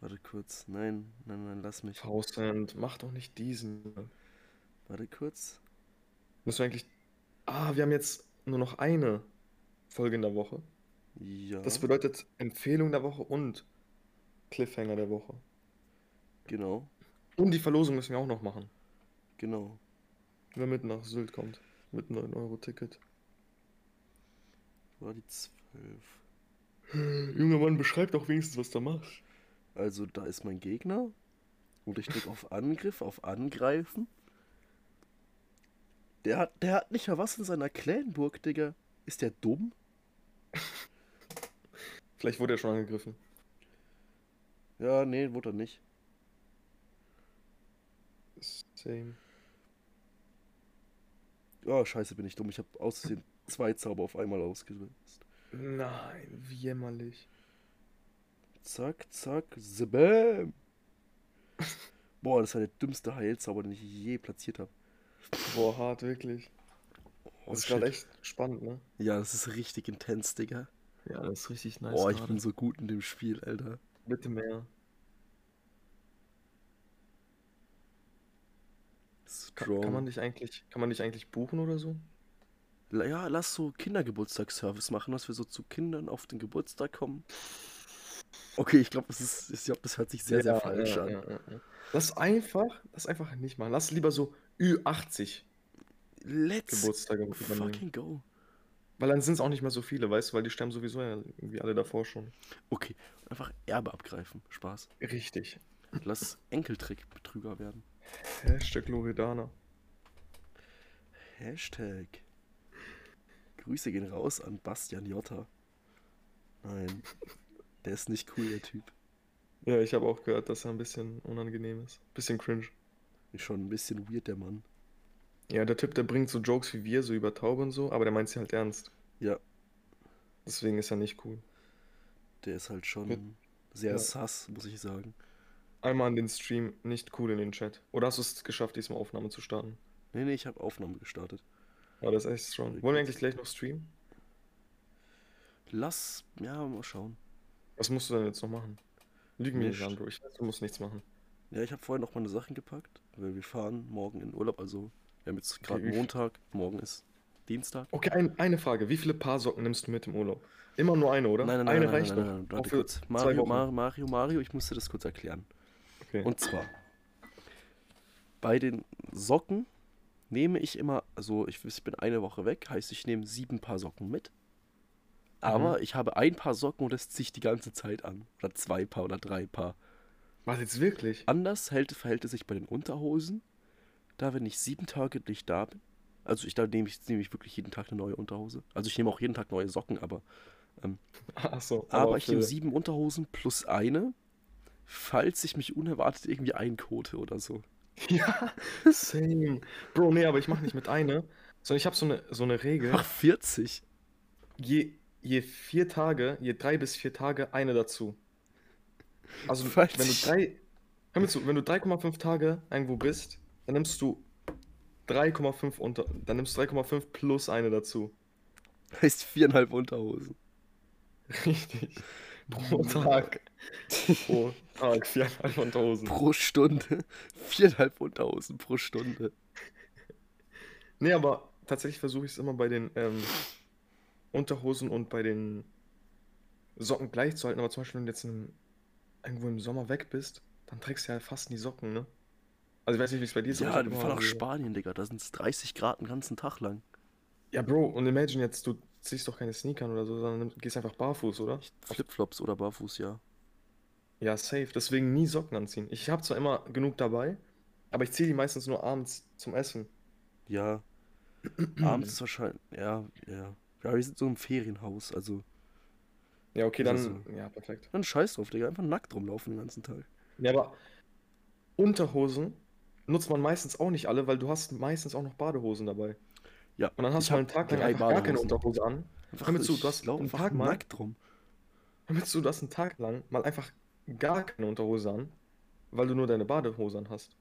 S1: Warte kurz, nein, nein, nein, lass mich.
S2: Faustend, mach doch nicht diesen.
S1: Warte kurz.
S2: Müssen wir eigentlich... Ah, wir haben jetzt nur noch eine Folge in der Woche.
S1: Ja,
S2: Das bedeutet Empfehlung der Woche und Cliffhanger der Woche.
S1: genau,
S2: Und die Verlosung müssen wir auch noch machen.
S1: genau.
S2: Wer mit nach Sylt kommt. Mit 9-Euro-Ticket.
S1: War die 12.
S2: Junge Äh, Mann, beschreib doch wenigstens, was du machst.
S1: Also da ist mein Gegner. Und ich drücke
S2: (laughs)
S1: auf Angriff, auf Angreifen. Der hat, der hat nicht mal was in seiner Clanburg, Digga. Ist der dumm?
S2: Vielleicht wurde er schon angegriffen.
S1: Ja, nee, wurde er nicht.
S2: Same.
S1: Oh, scheiße, bin ich dumm. Ich habe aus Versehen zwei Zauber auf einmal ausgelöst.
S2: Nein, wie jämmerlich.
S1: Zack, zack, zbam. Boah, das war der dümmste Heilzauber, den ich je platziert habe.
S2: Boah, hart, wirklich.
S1: Oh,
S2: das ist gerade
S1: shit.
S2: echt spannend, ne?
S1: Ja, das ist richtig intens, Digga.
S2: Ja, das ist richtig nice.
S1: Boah, ich bin so gut in dem Spiel, Alter.
S2: Bitte mehr. Kann,
S1: Strong.
S2: kann, man dich eigentlich, kann man dich eigentlich buchen oder so?
S1: La- Ja, lass so Kindergeburtstagsservice machen, dass wir so zu Kindern auf den Geburtstag kommen. Okay, ich glaube, das ist, ich glaub, das hört sich sehr, sehr falsch an.
S2: Lass einfach, lass einfach nicht machen. Lass lieber so Ü80
S1: Let's
S2: Geburtstage übernehmen.
S1: fucking go.
S2: Weil dann sind es auch nicht mehr so viele, weißt du, weil die sterben sowieso ja irgendwie alle davor schon.
S1: Okay, einfach Erbe abgreifen. Spaß.
S2: Richtig.
S1: Lass Enkeltrick-Betrüger werden.
S2: Hashtag Loredana.
S1: Hashtag. Grüße gehen raus an Bastian Jotta. Nein, der ist nicht cool, der Typ.
S2: Ja, ich habe auch gehört, dass er ein bisschen unangenehm ist. Bisschen cringe.
S1: Ist schon ein bisschen weird, der Mann.
S2: Ja, der Typ, der bringt so Jokes wie wir, so über Taube und so, aber der meint sie halt ernst.
S1: Ja,
S2: Deswegen ist er nicht cool.
S1: der ist halt
S2: Ja.
S1: schon sehr
S2: Hm. Ja.
S1: sass, muss ich sagen.
S2: Einmal an den Stream, nicht cool in den Chat. Oder hast du es geschafft, diesmal Aufnahme zu starten?
S1: Nee, nee, ich habe Aufnahme gestartet.
S2: War das ist echt strong. Wollen wir eigentlich gleich noch streamen?
S1: Lass, ja, mal schauen.
S2: Was musst du denn jetzt noch machen? Lüg mir nicht
S1: Nicht.
S2: an, Bro. Ich weiß, du musst nichts machen.
S1: Ja, ich habe vorher noch meine Sachen gepackt, weil wir fahren morgen in Urlaub. Also, wir haben jetzt gerade
S2: wie viel-
S1: Montag, morgen ist Dienstag.
S2: Okay, ein, eine Frage. Wie viele Paar Socken nimmst du mit im Urlaub? Immer nur eine, oder?
S1: Nein, nein,
S2: eine
S1: nein, nein,
S2: reicht
S1: nein,
S2: doch.
S1: nein, nein,
S2: Auch
S1: warte
S2: für
S1: kurz.
S2: zwei
S1: Mario,
S2: Wochen.
S1: Mar- Mario, Mario, ich musste das kurz erklären.
S2: Okay.
S1: Und zwar, bei den Socken nehme ich immer, also ich, ich bin eine Woche weg, heißt ich nehme sieben Paar Socken mit. Aber ich habe ein Paar Socken und das ziehe ich die ganze Zeit an. Oder zwei Paar oder drei Paar.
S2: Was jetzt wirklich? (laughs)
S1: Anders hält, verhält es sich bei den Unterhosen. Da, wenn ich sieben Tage nicht da bin, also ich, da nehme ich, nehme ich wirklich jeden Tag eine neue Unterhose. Also ich nehme auch jeden Tag neue Socken, aber
S2: Ach so.
S1: aber ich nehme
S2: für-
S1: sieben Unterhosen plus eine, falls ich mich unerwartet irgendwie einkote oder so.
S2: Ja, same. Bro, nee, aber ich mache nicht mit einer, sondern ich habe so eine, so eine Regel.
S1: Ach, 40.
S2: Je, je vier Tage, je drei bis vier Tage, eine dazu. Also,
S1: Falls
S2: wenn du
S1: ich-
S2: drei, hör mir zu, wenn du 3,5 Tage irgendwo bist, dann nimmst du 3,5 unter, dann nimmst du 3,5 plus eine dazu.
S1: Heißt viereinhalb Unterhosen.
S2: Richtig. Pro Tag. Pro Tag, viereinhalb Unterhosen.
S1: Pro Stunde. (laughs) Viereinhalb Unterhosen pro Stunde.
S2: Nee, aber tatsächlich versuche ich es immer bei den ähm, Unterhosen und bei den Socken gleich zu halten. Aber zum Beispiel, wenn du jetzt im- irgendwo im Sommer weg bist, dann trägst du ja fast nie Socken, ne? Also ich weiß nicht, wie es bei dir ist, aber ich
S1: Ja,
S2: hab
S1: wir
S2: immer
S1: fahren nach
S2: so-
S1: Spanien, Digga. Da sind es 30 Grad den ganzen Tag lang.
S2: Ja, Bro, und imagine jetzt, du ziehst doch keine Sneaker an oder so, sondern nimm- gehst einfach barfuß, oder?
S1: Ich- Flipflops oder barfuß, ja.
S2: Ja, safe. Deswegen nie Socken anziehen. Ich habe zwar immer genug dabei, aber ich ziehe die meistens nur abends zum Essen.
S1: Ja. (clears throat) Abends ist wahrscheinlich. Ja, ja. Ja, wir sind so im Ferienhaus, also.
S2: Ja, okay,
S1: Ist das
S2: dann. Ja, perfekt.
S1: Dann scheiß drauf, Digga. Einfach nackt rumlaufen den ganzen Tag.
S2: Ja, aber Unterhosen nutzt man meistens auch nicht alle, weil du hast meistens auch noch Badehosen dabei.
S1: Ja.
S2: Und dann hast
S1: ich
S2: du halt mal
S1: hab
S2: einen Tag lang
S1: drei
S2: einfach gar keine
S1: Badehosen.
S2: Unterhose an.
S1: Einfach,
S2: Hör mir zu,
S1: ich
S2: du hast
S1: lauf
S2: einen
S1: einfach
S2: Tag mal-
S1: nackt rum.
S2: Damit du das einen Tag lang mal einfach gar keine Unterhose an, weil du nur deine Badehose an hast.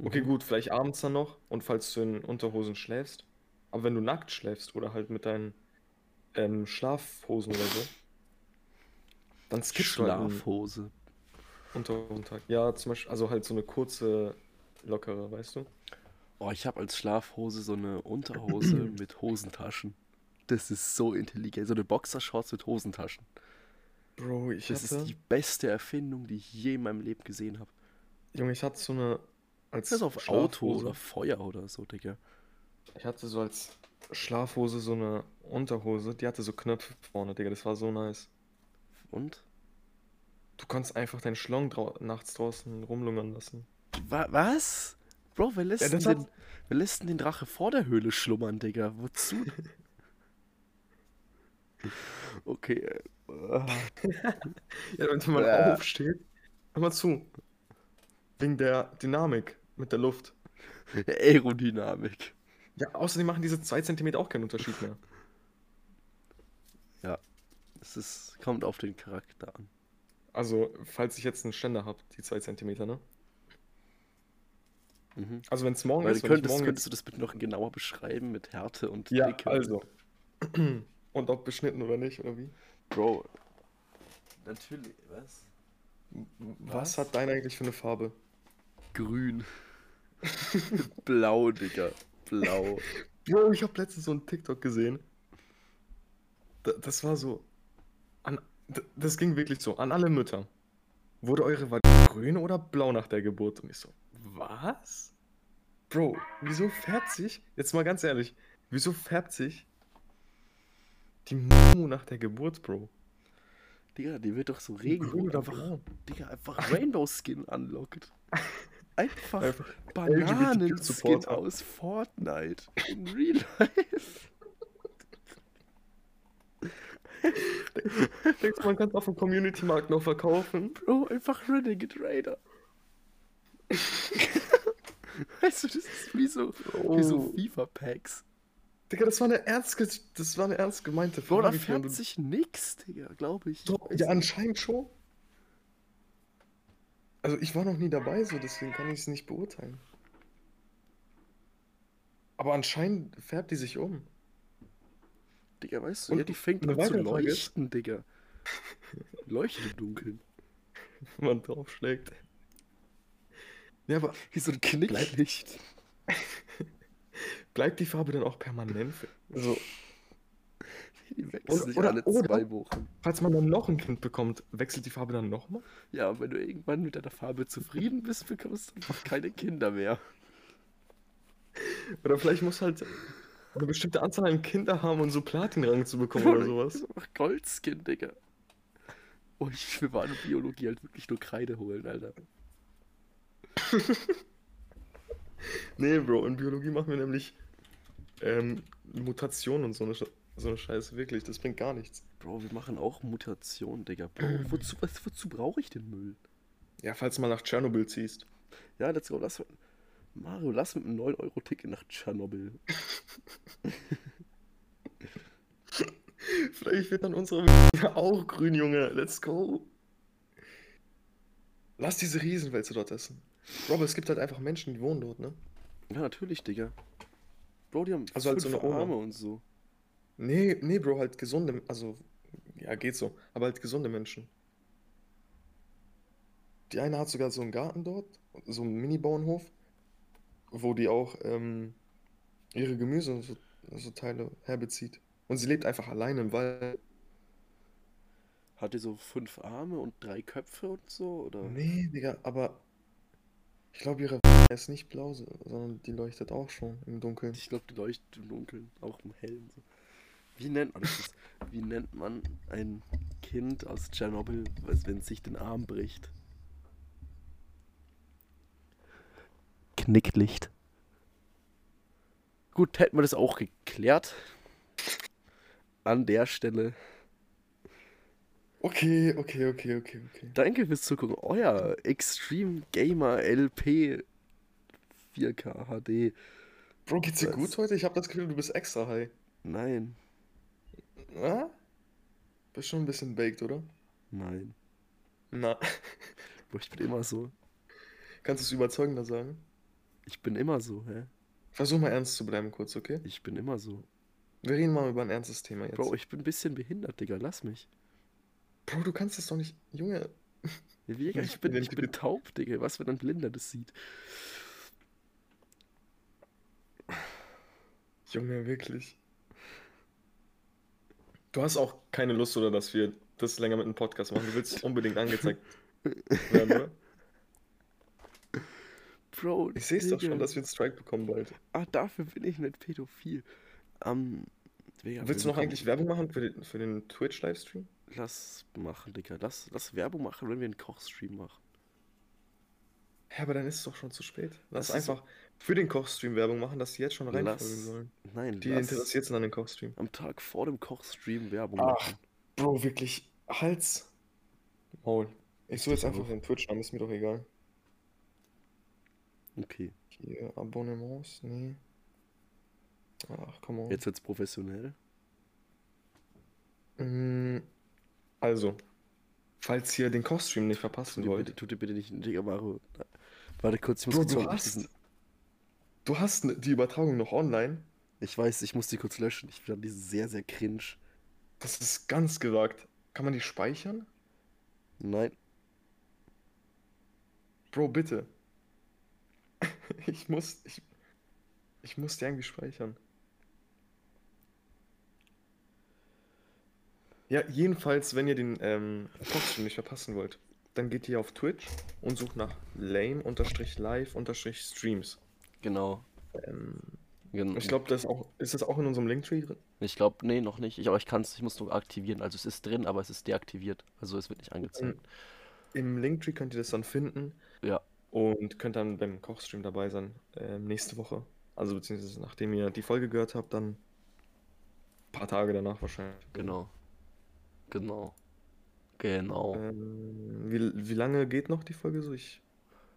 S2: Okay,
S1: Mhm.
S2: gut, vielleicht abends dann noch und falls du in Unterhosen schläfst. Aber wenn du nackt schläfst oder halt mit deinen ähm, Schlafhosen oder so, dann skippst du halt einen
S1: Schlafhose.
S2: Unterhosentag. Ja, zum Beispiel, also halt so eine kurze, lockere, weißt du?
S1: Oh, ich habe als Schlafhose so eine (clears throat) Unterhose mit Hosentaschen. Das ist so intelligent. So eine Boxershorts mit Hosentaschen.
S2: Bro, ich
S1: Das
S2: hatte-
S1: ist die beste Erfindung, die ich je in meinem Leben gesehen habe.
S2: Junge, ich hatte so eine als
S1: Das ist auf Auto
S2: Schlafhose-
S1: oder Feuer oder so, Digga.
S2: Ich hatte so als Schlafhose so eine Unterhose, die hatte so Knöpfe vorne, Digga, das war so nice.
S1: Und?
S2: Du konntest einfach deinen Schlong drau nachts draußen rumlungern lassen.
S1: Wa was? Bro, wer lässt,
S2: Ja,
S1: denn
S2: das
S1: den,
S2: hat-
S1: wer lässt denn den Drache vor der Höhle schlummern, Digga? (laughs) Wozu? okay. äh, (laughs)
S2: Ja, wenn man
S1: Bäh.
S2: aufsteht, hör mal zu. Wegen der Dynamik mit der Luft.
S1: Aerodynamik.
S2: Ja, außerdem machen diese 2 cm auch keinen Unterschied mehr.
S1: Es ist, kommt auf den Charakter an.
S2: Also, falls ich jetzt einen Ständer habe, die 2 cm, ne?
S1: Mhm.
S2: Also, wenn es morgen
S1: Weil du
S2: ist, wenn ich
S1: könntest,
S2: morgen jetzt-
S1: könntest du das bitte noch genauer beschreiben mit Härte und
S2: Ja,
S1: Dicke.
S2: also. Und ob beschnitten oder nicht, oder wie?
S1: Bro. Natürlich, was?
S2: Was
S1: Was?
S2: hat dein eigentlich für eine Farbe? (laughs)
S1: Grün. Blau, Digga. Blau.
S2: Bro, ich habe letztens so einen TikTok gesehen. Da, das war so. An, d- das ging wirklich so. An alle Mütter. Wurde eure Vagina grün oder blau nach der Geburt? Und ich so, was? Bro, wieso färbt sich, jetzt mal ganz ehrlich, wieso färbt sich die Mumu nach der Geburt, Bro?
S1: Digga, die wird doch so
S2: Grün
S1: Regenbogen
S2: oder
S1: einfach.
S2: blau?
S1: Digga, einfach Rainbow Skin unlocked. Einfach
S2: Einfach
S1: Bananen-Skin
S2: LGBTQ-Supporter.
S1: aus Fortnite. In real life.
S2: (laughs) Denkst du, man kann es auf dem Community-Markt noch verkaufen?
S1: Bro, einfach Renegade Raider. (laughs) weißt du, das ist wie so, wie so
S2: Oh.
S1: FIFA-Packs.
S2: Digga, das war eine ernst, ge- das war eine ernst gemeinte
S1: Bro, da
S2: die man
S1: färbt sich nix, Digga, glaube ich.
S2: Doch, ja, anscheinend schon. Also ich war noch nie dabei, so deswegen kann ich es nicht beurteilen. Aber anscheinend färbt die sich um.
S1: Digga, weißt du,
S2: Und
S1: ja, die fängt
S2: eine
S1: an zu
S2: weitere Frage ist-
S1: leuchten, Digga. Leuchtet im
S2: (laughs)
S1: Dunkeln.
S2: Wenn man draufschlägt. Ja, aber
S1: Wie so ein Knicklicht.
S2: bleibt die Farbe dann auch permanent? fe- Also,
S1: Die wechseln
S2: Oder-
S1: sich
S2: oder-
S1: alle
S2: oder-
S1: zwei Wochen.
S2: falls man dann noch ein Kind bekommt, wechselt die Farbe dann nochmal?
S1: Ja, und wenn du irgendwann mit deiner Farbe zufrieden bist, bekommst du keine Kinder mehr.
S2: Oder vielleicht muss halt eine bestimmte Anzahl an Kinder haben, um so Platinrang zu bekommen oder sowas.
S1: Ach, Goldskin, Digga. Oh, ich will mal an Biologie halt wirklich nur Kreide holen, Alter.
S2: Nee, Bro, in Biologie machen wir nämlich ähm, Mutationen und so eine, Sch- so eine Scheiße. Wirklich, das bringt gar nichts.
S1: Bro, wir machen auch Mutationen, Digga. Bro, wozu, was, wozu brauche ich den Müll?
S2: Ja, falls du mal nach Tschernobyl ziehst. (laughs)
S1: Ja, let's go, lass. Mario, lass mit einem 9-Euro-Ticket nach Tschernobyl.
S2: Vielleicht wird dann unsere ja, (laughs) auch grün, Junge. Let's go. Lass diese Riesenwälze dort essen. Robert, es gibt halt einfach Menschen, die wohnen dort, ne?
S1: Ja, natürlich, Digga. Bro, die haben
S2: Also halt so
S1: fünf
S2: eine Oma.
S1: Arme und so.
S2: Nee, nee, Bro, halt gesunde, also, ja, geht so, aber halt gesunde Menschen. Die eine hat sogar so einen Garten dort, so einen Mini-Bauernhof, wo die auch ähm, ihre Gemüse und so, so Teile herbezieht. Und sie lebt einfach alleine im Wald.
S1: Hat die so fünf Arme und drei Köpfe und so, oder?
S2: Nee, Digga, aber ich glaube, ihre ist nicht blau, sondern die leuchtet auch schon im Dunkeln.
S1: Ich glaube, die leuchtet im Dunkeln, auch im Hellen. So. Wie nennt man das? Wie nennt man ein Kind aus Tschernobyl, was- wenn es sich den Arm bricht? Knicklicht. Gut, hätten wir das auch geklärt. An der Stelle.
S2: Okay, okay, okay, okay, okay.
S1: Danke fürs Zugucken. Euer Extreme Gamer LP 4K HD.
S2: Bro, geht's dir
S1: Was?
S2: gut heute? Ich habe das Gefühl, du bist extra high.
S1: Nein,
S2: Na? Bist schon ein bisschen baked, oder?
S1: nein.
S2: Na,
S1: Boah, Ich bin immer so.
S2: kannst du es überzeugender sagen?
S1: Ich bin immer so, hä?
S2: Versuch mal ernst zu bleiben kurz, okay?
S1: Ich bin immer so.
S2: Wir reden mal über ein ernstes Thema jetzt.
S1: Bro, ich bin ein bisschen behindert, Digga. Lass mich.
S2: Bro, du kannst das doch nicht. Junge,
S1: Wie,
S2: Ja,
S1: ich bin, ich bin
S2: identifiz-
S1: taub, Digga. Was, wenn ein Blinder das sieht?
S2: Junge, wirklich. Du hast auch keine Lust, oder, dass wir das länger mit einem Podcast machen. Du willst
S1: (laughs)
S2: unbedingt angezeigt werden, oder?
S1: Bro,
S2: Ich sehe es doch schon,
S1: Digga.
S2: dass wir einen Strike bekommen bald.
S1: Ah, dafür bin ich nicht pädophil. Ähm, Digga,
S2: Willst du
S1: wir
S2: noch
S1: bekommen-
S2: eigentlich Werbung machen für den, für den Twitch-Livestream?
S1: Lass machen, Digga. Lass, lass Werbung machen, wenn wir einen Kochstream machen.
S2: Hä, aber dann ist es doch schon zu spät. Lass
S1: Das ist-
S2: einfach für den Kochstream Werbung machen, dass die jetzt schon reinfolgen
S1: Lass-
S2: sollen.
S1: Nein,
S2: Die
S1: lass
S2: interessiert sind an den Kochstream.
S1: am Tag vor dem Kochstream Werbung
S2: Ach,
S1: machen.
S2: Bro, wirklich, Hals. Maul. Ich suche jetzt
S1: Richtig
S2: einfach
S1: hoch.
S2: den Twitch an, ist mir doch egal.
S1: Okay,
S2: Hier, Abonnements, nee. Ach, come on.
S1: jetzt wird's professionell.
S2: Mm, Also, falls ihr den Kochstream nicht verpassen
S1: Tut dir
S2: wollt.
S1: bitte, tut dir bitte nicht, Digga, Mario. Warte kurz, ich muss
S2: Bro,
S1: kurz
S2: du
S1: mal-
S2: hast- Du hast ne- die Übertragung noch online?
S1: Ich weiß, ich muss die kurz löschen. Ich fand die sehr, sehr cringe.
S2: Das ist ganz gewagt. Kann man die speichern?
S1: Nein.
S2: Bro, bitte. (laughs) Ich muss, ich, ich muss die irgendwie speichern. Ja, jedenfalls, wenn ihr den ähm, Poststream nicht verpassen wollt, dann geht ihr auf Twitch und sucht nach lame-live-streams.
S1: Genau.
S2: Ähm,
S1: Gen
S2: ich glaube, das ist auch, ist das auch in unserem Linktree drin?
S1: ich glaub, nee, noch nicht. Ich, aber ich kann es, ich muss nur aktivieren. Also es ist drin, aber es ist deaktiviert. Also es wird nicht angezeigt.
S2: Im Linktree könnt ihr das dann finden
S1: Ja.
S2: und könnt dann beim Kochstream dabei sein ähm, nächste Woche. Also beziehungsweise nachdem ihr die Folge gehört habt, dann ein paar Tage danach wahrscheinlich.
S1: Genau. Genau. Genau.
S2: Ähm, wie, wie lange geht noch die Folge so? Ich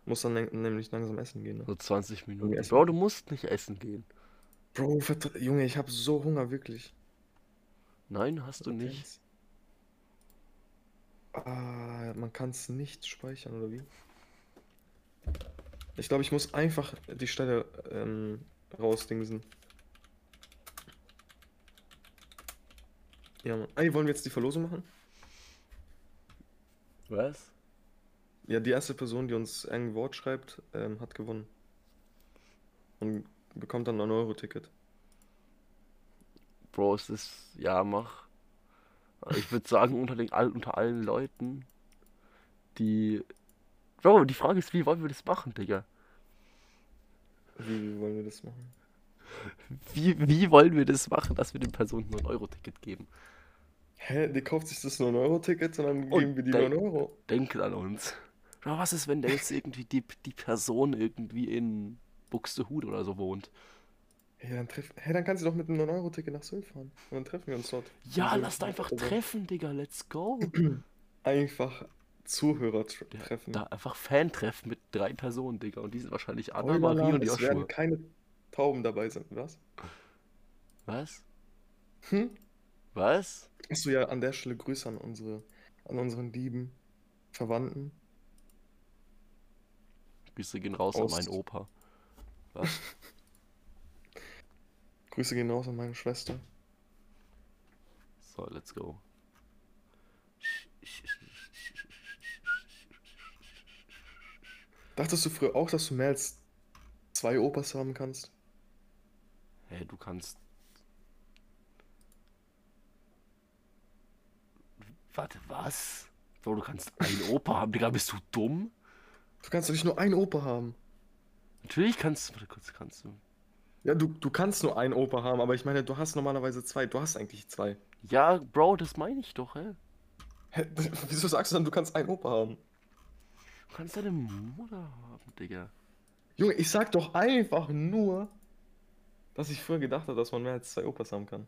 S2: muss dann lang- nämlich langsam essen gehen. Ne?
S1: So 20 Minuten.
S2: essen.
S1: Bro, du musst nicht essen gehen.
S2: Bro, vert- Junge, ich habe so Hunger, wirklich.
S1: Nein, hast du nicht.
S2: Ah, man kann es nicht speichern, oder wie? Ich glaube, ich muss einfach die Stelle ähm, rausdingsen. Ja, Mann. Ey, wollen wir jetzt die Verlosung machen?
S1: Was?
S2: Ja, die erste Person, die uns ein Wort schreibt, ähm, hat gewonnen. Und bekommt dann ein 9-Euro-Ticket.
S1: Bro, es ist. Ja, mach. Aber Ich würde sagen, unter, den, all, unter allen Leuten, die. Bro, die Frage ist, wie wollen wir das machen, Digga?
S2: Wie wollen wir das machen?
S1: Wie, wie wollen wir das machen, dass wir den Personen nur ein Euro-Ticket geben?
S2: Hä, die kauft sich das 9-Euro-Ticket und dann
S1: Und
S2: geben wir die
S1: dann-
S2: 9 Euro.
S1: Denkt an uns. Bro, was ist, wenn der jetzt irgendwie die, die Person irgendwie in Buxtehude oder so wohnt?
S2: Ja, dann treff... Hä, dann kann sie doch mit einem 9-Euro-Ticket nach Sylt fahren. Und dann treffen wir uns dort.
S1: Ja,
S2: Also,
S1: lass da einfach
S2: also
S1: treffen, Digga. Let's
S2: (clears throat)
S1: go.
S2: Einfach Zuhörer tr-
S1: Ja,
S2: treffen. Oh
S1: Da einfach Fan-Treffen mit drei Personen, Digga. Und die sind wahrscheinlich Anna,
S2: Spoiler-Alarm,
S1: Marie und
S2: es werden
S1: Joshua.
S2: keine Tauben dabei sein, was?
S1: Was?
S2: Hm?
S1: Was?
S2: Achso, ja, an der Stelle Grüße an unsere, an unseren lieben Verwandten.
S1: Grüße gehen raus an
S2: Ost.
S1: meinen Opa. Was?
S2: Grüße gehen raus an meine Schwester.
S1: So, let's go.
S2: Dachtest du früher auch, dass du mehr als zwei Opas haben kannst?
S1: Hey, du kannst. Warte, was? Bro, du kannst einen Opa haben, Digga. Bist du dumm?
S2: Du kannst doch nicht nur einen Opa haben.
S1: Natürlich kannst du. Warte kurz, kannst du.
S2: Ja, du, du kannst nur einen Opa haben, aber ich meine, du hast normalerweise zwei. Du hast eigentlich zwei.
S1: Ja, Bro, das meine ich doch, hä?
S2: Hä, (laughs) wieso sagst du dann, du kannst einen Opa haben?
S1: Du kannst deine Mutter haben, Digga.
S2: Junge, ich sag doch einfach nur, dass ich früher gedacht habe, dass man mehr als zwei Opas haben kann.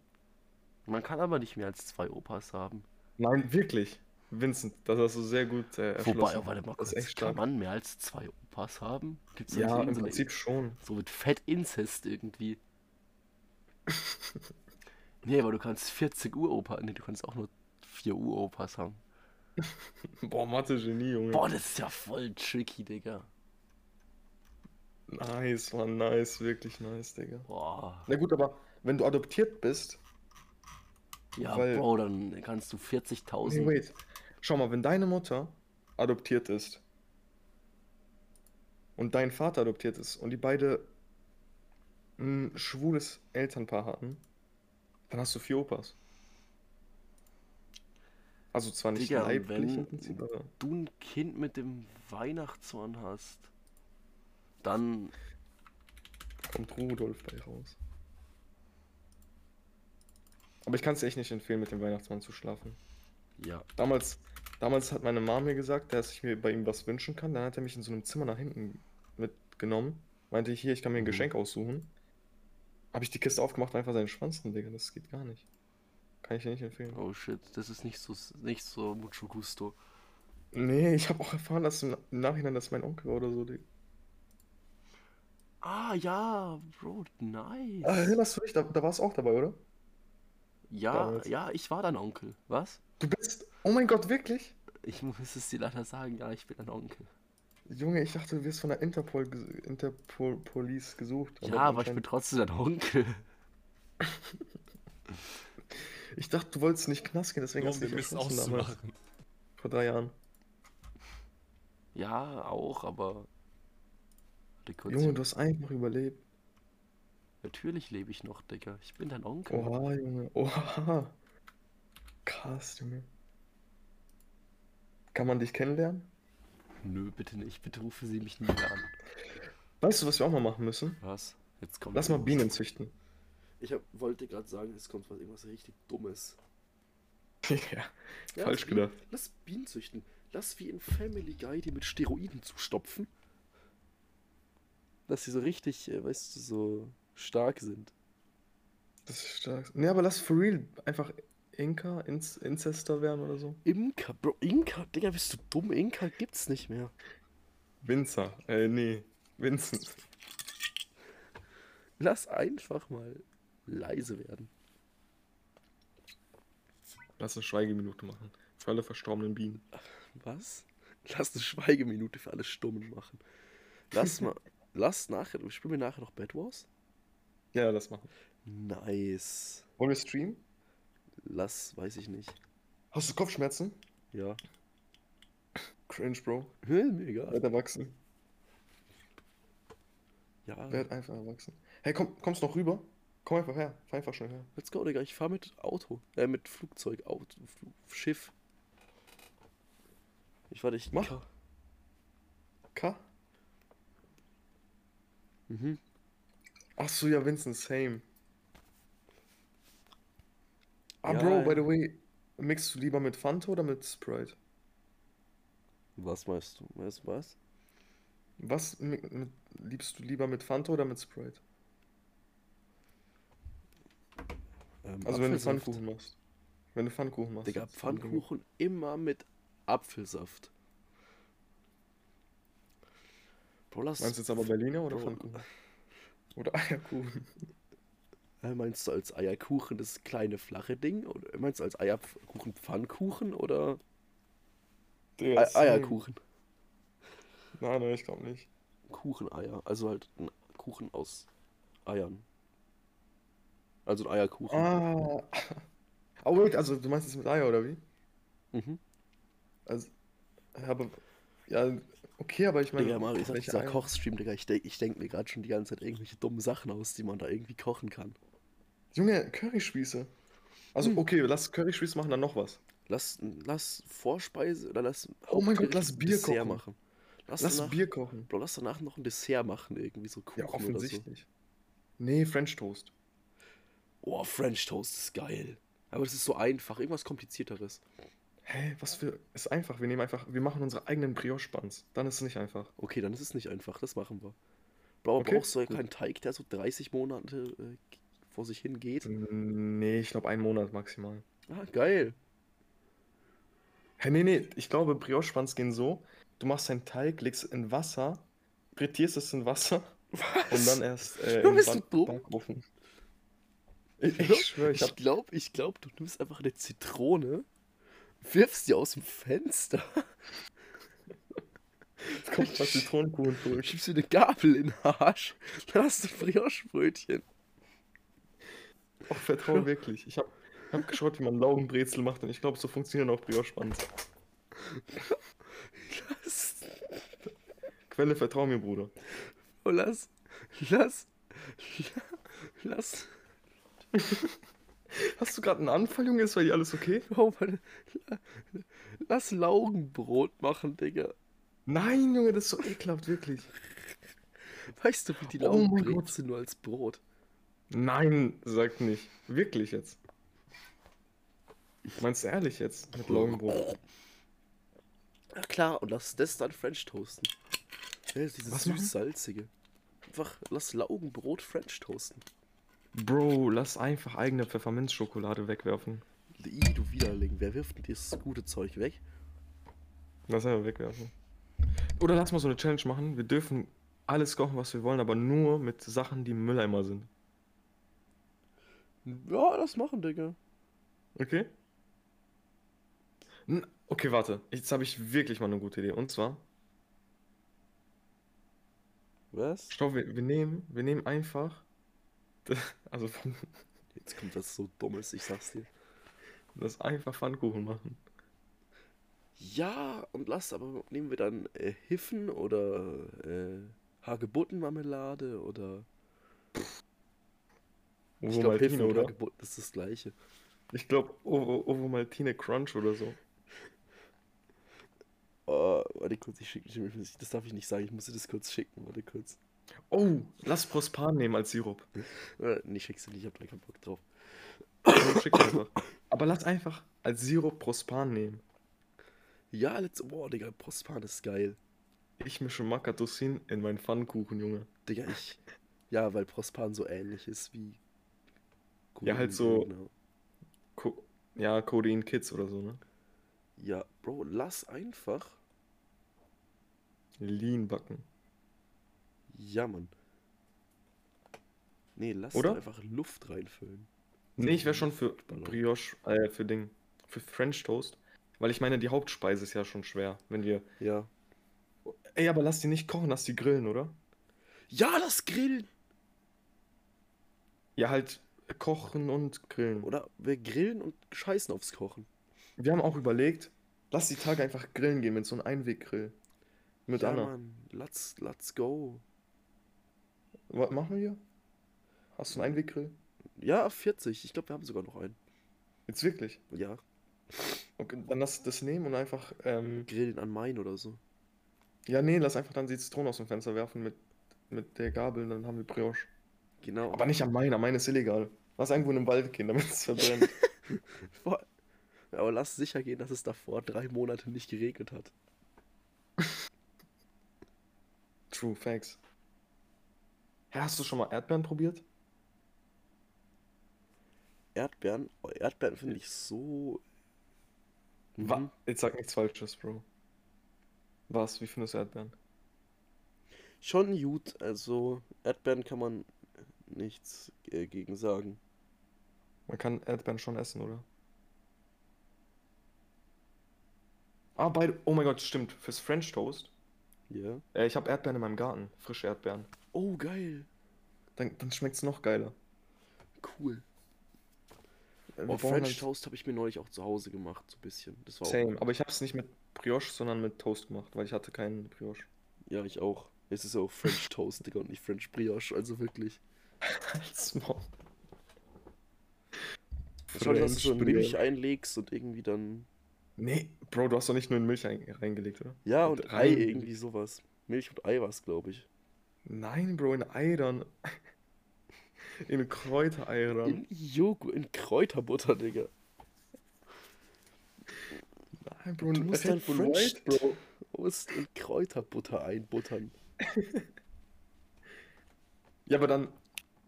S1: Man kann aber nicht mehr als zwei Opas haben.
S2: Nein, wirklich. Vincent, das hast du sehr gut äh, erschlossen.
S1: Wobei, oh, warte mal
S2: Das
S1: kurz.
S2: ist echt
S1: Kann
S2: stark.
S1: man mehr als zwei Opas haben? Gibt's da nicht
S2: ja, im
S1: irgend so eine-
S2: Prinzip schon.
S1: So mit Fett-Inzest
S2: (laughs)
S1: irgendwie. nee, aber du kannst 40 Uropa. Nee, du kannst auch nur 4 Uropas haben.
S2: Boah, Mathe-Genie, Junge.
S1: Boah, das ist ja voll tricky, Digga.
S2: Nice, Mann, nice, wirklich nice, Digga.
S1: Boah.
S2: Na gut, aber wenn du adoptiert bist,
S1: Ja,
S2: Weil-
S1: Bro, dann kannst du
S2: Nee,
S1: 40.000.
S2: wait. Schau mal, wenn deine Mutter adoptiert ist und dein Vater adoptiert ist und die beide ein schwules Elternpaar hatten, dann hast du vier Opas. Also zwar nicht
S1: Digga, und
S2: leiblich im
S1: wenn-
S2: Prinzip, aber.
S1: du ein Kind mit dem Weihnachtshorn hast, dann
S2: kommt Rudolf bei raus. Aber ich kann es echt nicht empfehlen, mit dem Weihnachtsmann zu schlafen.
S1: ja.
S2: Damals, damals hat meine Mama mir gesagt, dass ich mir bei ihm was wünschen kann. Dann hat er mich in so einem Zimmer nach hinten mitgenommen. Meinte ich, hier, ich kann mir ein
S1: Mhm.
S2: Geschenk aussuchen. Habe ich die Kiste aufgemacht, einfach seinen Schwanz drin, Digga. Das geht gar nicht. Kann ich dir nicht empfehlen.
S1: Oh shit, das ist nicht so nicht so mucho gusto.
S2: Nee, ich habe auch erfahren, dass im Nachhinein das mein Onkel war oder so, Digga.
S1: Ah ja, Bro, nice.
S2: Ah, Erinnerst du dich? Da, da warst du auch dabei, oder?
S1: ja,
S2: damals.
S1: ja, ich war dein Onkel. Was?
S2: Du bist. Oh mein Gott, wirklich?
S1: Ich muss es dir leider sagen, ja, ich bin dein Onkel.
S2: Junge, ich dachte, du wirst von der Interpol ges Interpol Police gesucht.
S1: ja, aber ich bin trotzdem dein Onkel. (laughs)
S2: anscheinend- Ich dachte, du wolltest nicht Knast gehen, deswegen
S4: Nur um
S2: hast du
S4: den
S2: dich
S4: Mist
S2: erschossen damals.
S4: auszumachen.
S2: Vor drei Jahren.
S1: Ja, auch, aber. Warte kurz,
S2: Junge, du hast einfach überlebt.
S1: natürlich lebe ich noch, Digga. Ich bin dein Onkel.
S2: Oha, Junge. Oha. Krass, Junge. Kann man dich kennenlernen?
S1: Nö, bitte nicht. Bitte rufe sie mich nie wieder an.
S2: Weißt du, was wir auch mal machen müssen?
S1: Was? Jetzt kommt.
S2: Lass mal Bienen züchten.
S1: Ich hab, wollte gerade sagen, es kommt was irgendwas richtig Dummes.
S2: (laughs) ja,
S1: Ja,
S2: falsch
S1: lass Bienen-
S2: gedacht.
S1: Lass Bienen züchten. Lass wie in Family Guy die mit Steroiden zustopfen. Dass sie so richtig, äh, weißt du, so stark sind.
S2: Das ist stark. Nee, aber lass for real einfach Inka, Inz Inzester werden oder so.
S1: Imka, Bro, Inka, Digga, bist du dumm? Inka gibt's nicht mehr.
S2: Winzer. Äh, nee. Vincent.
S1: Lass einfach mal leise werden.
S2: Lass eine Schweigeminute machen. Für alle verstorbenen Bienen.
S1: Was? Lass eine Schweigeminute für alle Stummen machen. Lass
S2: (laughs)
S1: mal, lass nachher, spielen wir nachher noch Bad Wars?
S2: Ja, lass machen.
S1: Nice.
S2: Wollen wir streamen?
S1: Lass, weiß ich nicht.
S2: Hast du Kopfschmerzen?
S1: Ja.
S2: Cringe, Bro.
S1: Hä, Mir egal.
S2: Werd erwachsen.
S1: Ja,
S2: Werd einfach erwachsen. Hey, komm, kommst noch rüber? Komm einfach her. Fahr einfach schnell her.
S1: let's go, Digga. Ich fahr mit Auto. Äh, mit Flugzeug, Auto, Fl Schiff. Ich warte, ich.
S2: Mach.
S1: Ka-
S2: K?
S1: Mhm.
S2: Ach so, ja, Vincent, same. Ah,
S1: Ja,
S2: Bro,
S1: ja.
S2: by the way, mixst du lieber mit Fanta oder mit Sprite?
S1: Was meinst du? Weißt du was?
S2: Was mi- mit, liebst du lieber mit Fanta oder mit Sprite?
S1: Ähm,
S2: Also wenn du
S1: Apfelsaft.
S2: Pfannkuchen machst. Wenn du Pfannkuchen machst.
S1: Digga,
S2: jetzt, dann-
S1: Pfannkuchen immer mit Apfelsaft. Bro, lass.
S2: Meinst du jetzt aber Berliner oder
S1: Bro.
S2: Pfannkuchen? Oder Eierkuchen?
S1: Äh, meinst du als Eierkuchen das kleine flache Ding? Oder meinst du als Eierkuchen Pfannkuchen oder (laughs)
S2: Digga,
S1: Ei-
S2: same.
S1: Eierkuchen?
S2: Nein, nein, ich glaube nicht.
S1: Kucheneier. Also halt ein Kuchen aus Eiern. Also ein Eierkuchen.
S2: Ah. (laughs) Oh, wait, also du meinst es mit Eier oder wie?
S1: Mhm.
S2: Also, ja, aber, ja, okay, aber ich meine,
S1: Digga, Mario, ich sag,
S2: welche
S1: dieser
S2: Eier?
S1: Kochstream, Digga, ich denke ich denk mir gerade schon die ganze Zeit irgendwelche dummen Sachen aus, die man da irgendwie kochen kann.
S2: Junge, Curryspieße. Also,
S1: Hm.
S2: okay, lass Curryspieße machen, dann noch was.
S1: Lass, lass Vorspeise oder lass
S2: Oh mein Gott,
S1: Hauptgericht
S2: lass
S1: ein
S2: Bier
S1: Dessert
S2: kochen.
S1: machen. Lass,
S2: Lass
S1: danach,
S2: Bier kochen.
S1: Bro, lass danach noch ein Dessert machen, irgendwie so Kuchen
S2: Ja,
S1: oder so.
S2: offensichtlich. Nee, French Toast.
S1: Oh, French Toast ist geil. Aber das ist so einfach, irgendwas komplizierteres.
S2: Hä, was für. Ist einfach. Wir nehmen einfach. Wir machen unsere eigenen Brioche-Buns. Dann ist es nicht einfach.
S1: Okay, dann ist es nicht einfach, das machen wir. Bro, aber
S2: Okay,
S1: brauchst du ja
S2: gut.
S1: keinen Teig, der so 30 Monate äh, vor sich hingeht.
S2: Also, Nee, ich glaube, einen Monat maximal.
S1: Ah, geil.
S2: Hä, nee, nee. Ich glaube, Brioche-Buns gehen so: Du machst deinen Teig, legst in Wasser, frittierst es in Wasser
S1: (laughs)
S2: und (laughs) dann erst. Äh,
S1: Du
S2: im
S1: bist so
S2: Back-
S1: dumm.
S2: Backofen. Ich,
S1: glaub-
S2: ich schwöre, ich hab.
S1: Ich glaube, ich glaub, du nimmst einfach eine Zitrone, wirfst die aus dem Fenster,
S2: Jetzt kommt was Zitronenkuchen durch.
S1: schiebst dir eine Gabel in den Arsch, dann hast du Brioche-Brötchen.
S2: Oh, vertraue wirklich. Ich habe hab geschaut, wie man Laugenbrezel macht und ich glaube, so funktionieren auch Brioche-Buns.
S1: Lass,
S2: Quelle, vertrau mir, Bruder.
S1: oh, lass, lass, lass,
S2: Hast du gerade einen Anfall, Junge? Ist bei dir alles okay?
S1: oh, meine, lass Laugenbrot machen, Digga.
S2: Nein, Junge, das ist so ekelhaft, wirklich.
S1: Weißt du, wie die
S2: Oh mein Gott.
S1: Laugenbrezel nur als Brot?
S2: Nein, sagt nicht. Wirklich jetzt. Meinst du ehrlich jetzt mit Laugenbrot?
S1: Ja klar, und lass das dann French toasten. Ja, dieses
S2: Was machen?
S1: süß-salzige. Einfach lass Laugenbrot French toasten.
S2: Bro, lass einfach eigene Pfefferminzschokolade wegwerfen.
S1: I, du Widerling, wer wirft denn dieses gute Zeug weg?
S2: Lass einfach wegwerfen. Oder lass mal so eine Challenge machen. Wir dürfen alles kochen, was wir wollen, aber nur mit Sachen, die im Mülleimer sind.
S1: Ja, das machen, Digga.
S2: Okay? N okay, warte. Jetzt habe ich wirklich mal eine gute Idee. Und zwar,
S1: Was?
S2: stopp, wir, wir nehmen, wir nehmen einfach, also
S1: Jetzt kommt was so Dummes, ich sag's dir.
S2: das einfach Pfannkuchen machen.
S1: Ja, und lass, aber nehmen wir dann äh, Hiffen oder äh, Hagebuttenmarmelade oder.
S2: Ovo
S1: glaub,
S2: Maltine,
S1: und
S2: oder?
S1: Hagebutten ist das gleiche.
S2: Ich glaube, Ovo, Ovo Maltine Crunch oder so.
S1: Oh, warte kurz, ich schicke Das darf ich nicht sagen, ich muss dir das kurz schicken, warte kurz.
S2: Oh, lass Prospan nehmen als Sirup.
S1: Äh, nee, schick's dir nicht, ich hab da keinen Bock drauf.
S2: Also schick einfach. Aber lass einfach als Sirup Prospan nehmen.
S1: Ja, let's. Boah, Digga, Prospan ist geil.
S2: Ich mische Makatosin in meinen Pfannkuchen, Junge.
S1: Digga, ich. Ja, weil Prospan so ähnlich ist wie.
S2: Ja,
S1: Kokain,
S2: halt so-
S1: Genau.
S2: Co ja, Codein Kids oder so, ne?
S1: Ja, Bro, lass einfach.
S2: Lean backen.
S1: Ja, Mann. Nee, lass
S2: Oder?
S1: doch einfach Luft reinfüllen.
S2: Nee, ich
S1: Hm.
S2: wäre schon für
S1: Luftballon.
S2: Brioche, äh, für Ding, für French Toast. Weil ich meine, die Hauptspeise ist ja schon schwer, wenn wir.
S1: Ja.
S2: Ey, aber lass die nicht kochen, lass die grillen, oder?
S1: Ja, das Grillen!
S2: Ja, halt Kochen und Grillen.
S1: Oder wir grillen und scheißen aufs Kochen.
S2: Wir haben auch überlegt, lass die Tage einfach grillen gehen mit so einem Einweggrill. Mit
S1: ja,
S2: Anna.
S1: Mann, let's, let's go.
S2: Was machen wir? Hast du einen Einweggrill?
S1: Ja, 40. Ich glaube, wir haben sogar noch einen.
S2: Jetzt wirklich?
S1: Ja,
S2: Okay, dann lass das nehmen und einfach. Ähm,
S1: grillen an Main oder so.
S2: ja, nee, lass einfach dann die Zitronen aus dem Fenster werfen mit, mit der Gabel, dann haben wir Brioche.
S1: Genau.
S2: Aber nicht am Main, am Main ist illegal. Lass irgendwo in einem Wald gehen, damit es verbrennt.
S1: Voll. Aber lass sicher gehen, dass es davor drei Monate nicht geregnet hat.
S2: True, facts. Hä, hast du schon mal Erdbeeren probiert?
S1: Erdbeeren, oh, Erdbeeren finde ich so. Mhm.
S2: Wa- Jetzt sag nichts Falsches, Bro. Was? Wie findest du Erdbeeren?
S1: Schon gut, also Erdbeeren kann man nichts äh, gegen sagen.
S2: Man kann Erdbeeren schon essen, oder? Ah, beide. Oh mein Gott, stimmt. Fürs French Toast.
S1: Ja.
S2: Äh, ich habe Erdbeeren in meinem Garten. Frische Erdbeeren.
S1: Oh, geil.
S2: Dann, dann schmeckt es noch geiler.
S1: Cool.
S2: Äh,
S1: Oh,
S2: wir brauchen
S1: French
S2: halt
S1: Toast habe ich mir neulich auch zu Hause gemacht, so ein bisschen. Das war auch,
S2: Same. Aber ich habe es nicht mit Brioche, sondern mit Toast gemacht, weil ich hatte keinen (laughs) Brioche.
S1: ja, ich auch. Es ist ja auch French Toast, Digga, und nicht French Brioche, also wirklich.
S2: Halt's Maul.
S1: Schade, dass du so
S2: French
S1: Milch
S2: Brioche.
S1: einlegst und irgendwie dann.
S2: Nee, Bro, du hast doch nicht nur in Milch ein- reingelegt, oder?
S1: Ja,
S2: Und
S1: und Ei,
S2: rein-
S1: irgendwie sowas. Milch und Ei war es, glaube ich.
S2: Nein, Bro, in Ei dann. In Kräuterei dann.
S1: In Joghurt, in Kräuterbutter, Digga.
S2: Nein, Bro,
S1: Du
S2: in
S1: musst
S2: Red
S1: dein French-
S2: White, Bro.
S1: Du musst in Kräuterbutter einbuttern.
S2: Ja, aber dann,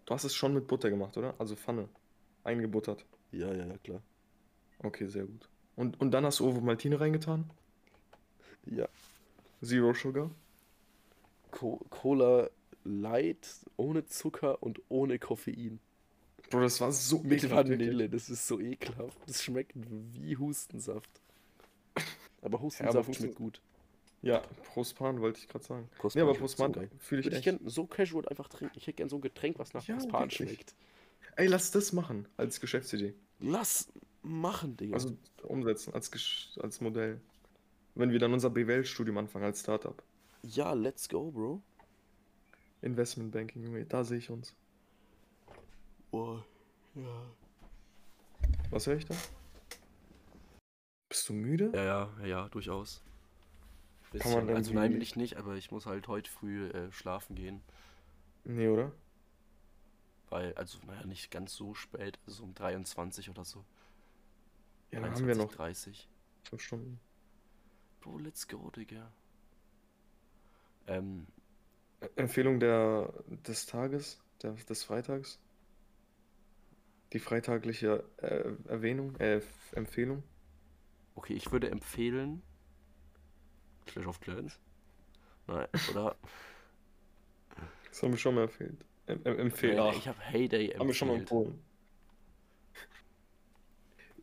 S2: du hast es schon mit Butter gemacht, oder? Also Pfanne. Eingebuttert.
S1: Ja, ja, ja, klar.
S2: Okay, sehr gut. Und, und dann hast du Ovo Maltine reingetan?
S1: Ja.
S2: Zero Sugar?
S1: Co Cola Light, ohne Zucker und ohne Koffein.
S2: Bro, das war so
S1: Mit
S2: ekelhaft, wirklich.
S1: Vanille, das ist so ekelhaft. Das schmeckt wie Hustensaft. Aber Hustensaft
S2: aber Husten-
S1: schmeckt gut.
S2: Ja, Prospan wollte ich gerade sagen.
S1: Prospan
S2: Nee, aber
S1: schmeckt
S2: Prospan
S1: so geil.
S2: fühle ich
S1: Würde ich
S2: echt.
S1: gern so casual einfach trinken. Ich hätte gern so ein Getränk, was nach
S2: Ja,
S1: Prospan
S2: wirklich.
S1: schmeckt.
S2: Ey, lass das machen als Geschäftsidee.
S1: Lass machen, Digga.
S2: Also umsetzen als, Gesch- als Modell. Wenn wir dann unser BWL-Studium anfangen als Startup.
S1: ja, let's go, Bro.
S2: Investmentbanking, Junge, da sehe ich uns.
S1: Oh, ja.
S2: Was höre ich da? Bist du müde?
S1: Ja, ja, ja, durchaus.
S2: Kann man
S1: also
S2: irgendwie-
S1: nein, will ich nicht, aber ich muss halt heute früh äh, schlafen gehen,
S2: Nee, oder?
S1: weil, also naja, nicht ganz so spät, also um 23 oder so.
S2: Ja, dann haben wir noch
S1: 30.
S2: fünf Stunden.
S1: Bro, let's go, Digga. Ähm,
S2: Ä- Äh, Empfehlung der, des Tages, der, des Freitags. Die freitagliche äh, Erwähnung, äh, F- Empfehlung.
S1: okay, ich würde empfehlen. Clash of Clans? Nein,
S2: (laughs)
S1: oder?
S2: Das haben wir schon mal empfehlt. Em em empfehlen.
S1: Nein, ich habe Heyday
S2: haben wir schon mal
S1: empfehlt.
S2: empfohlen.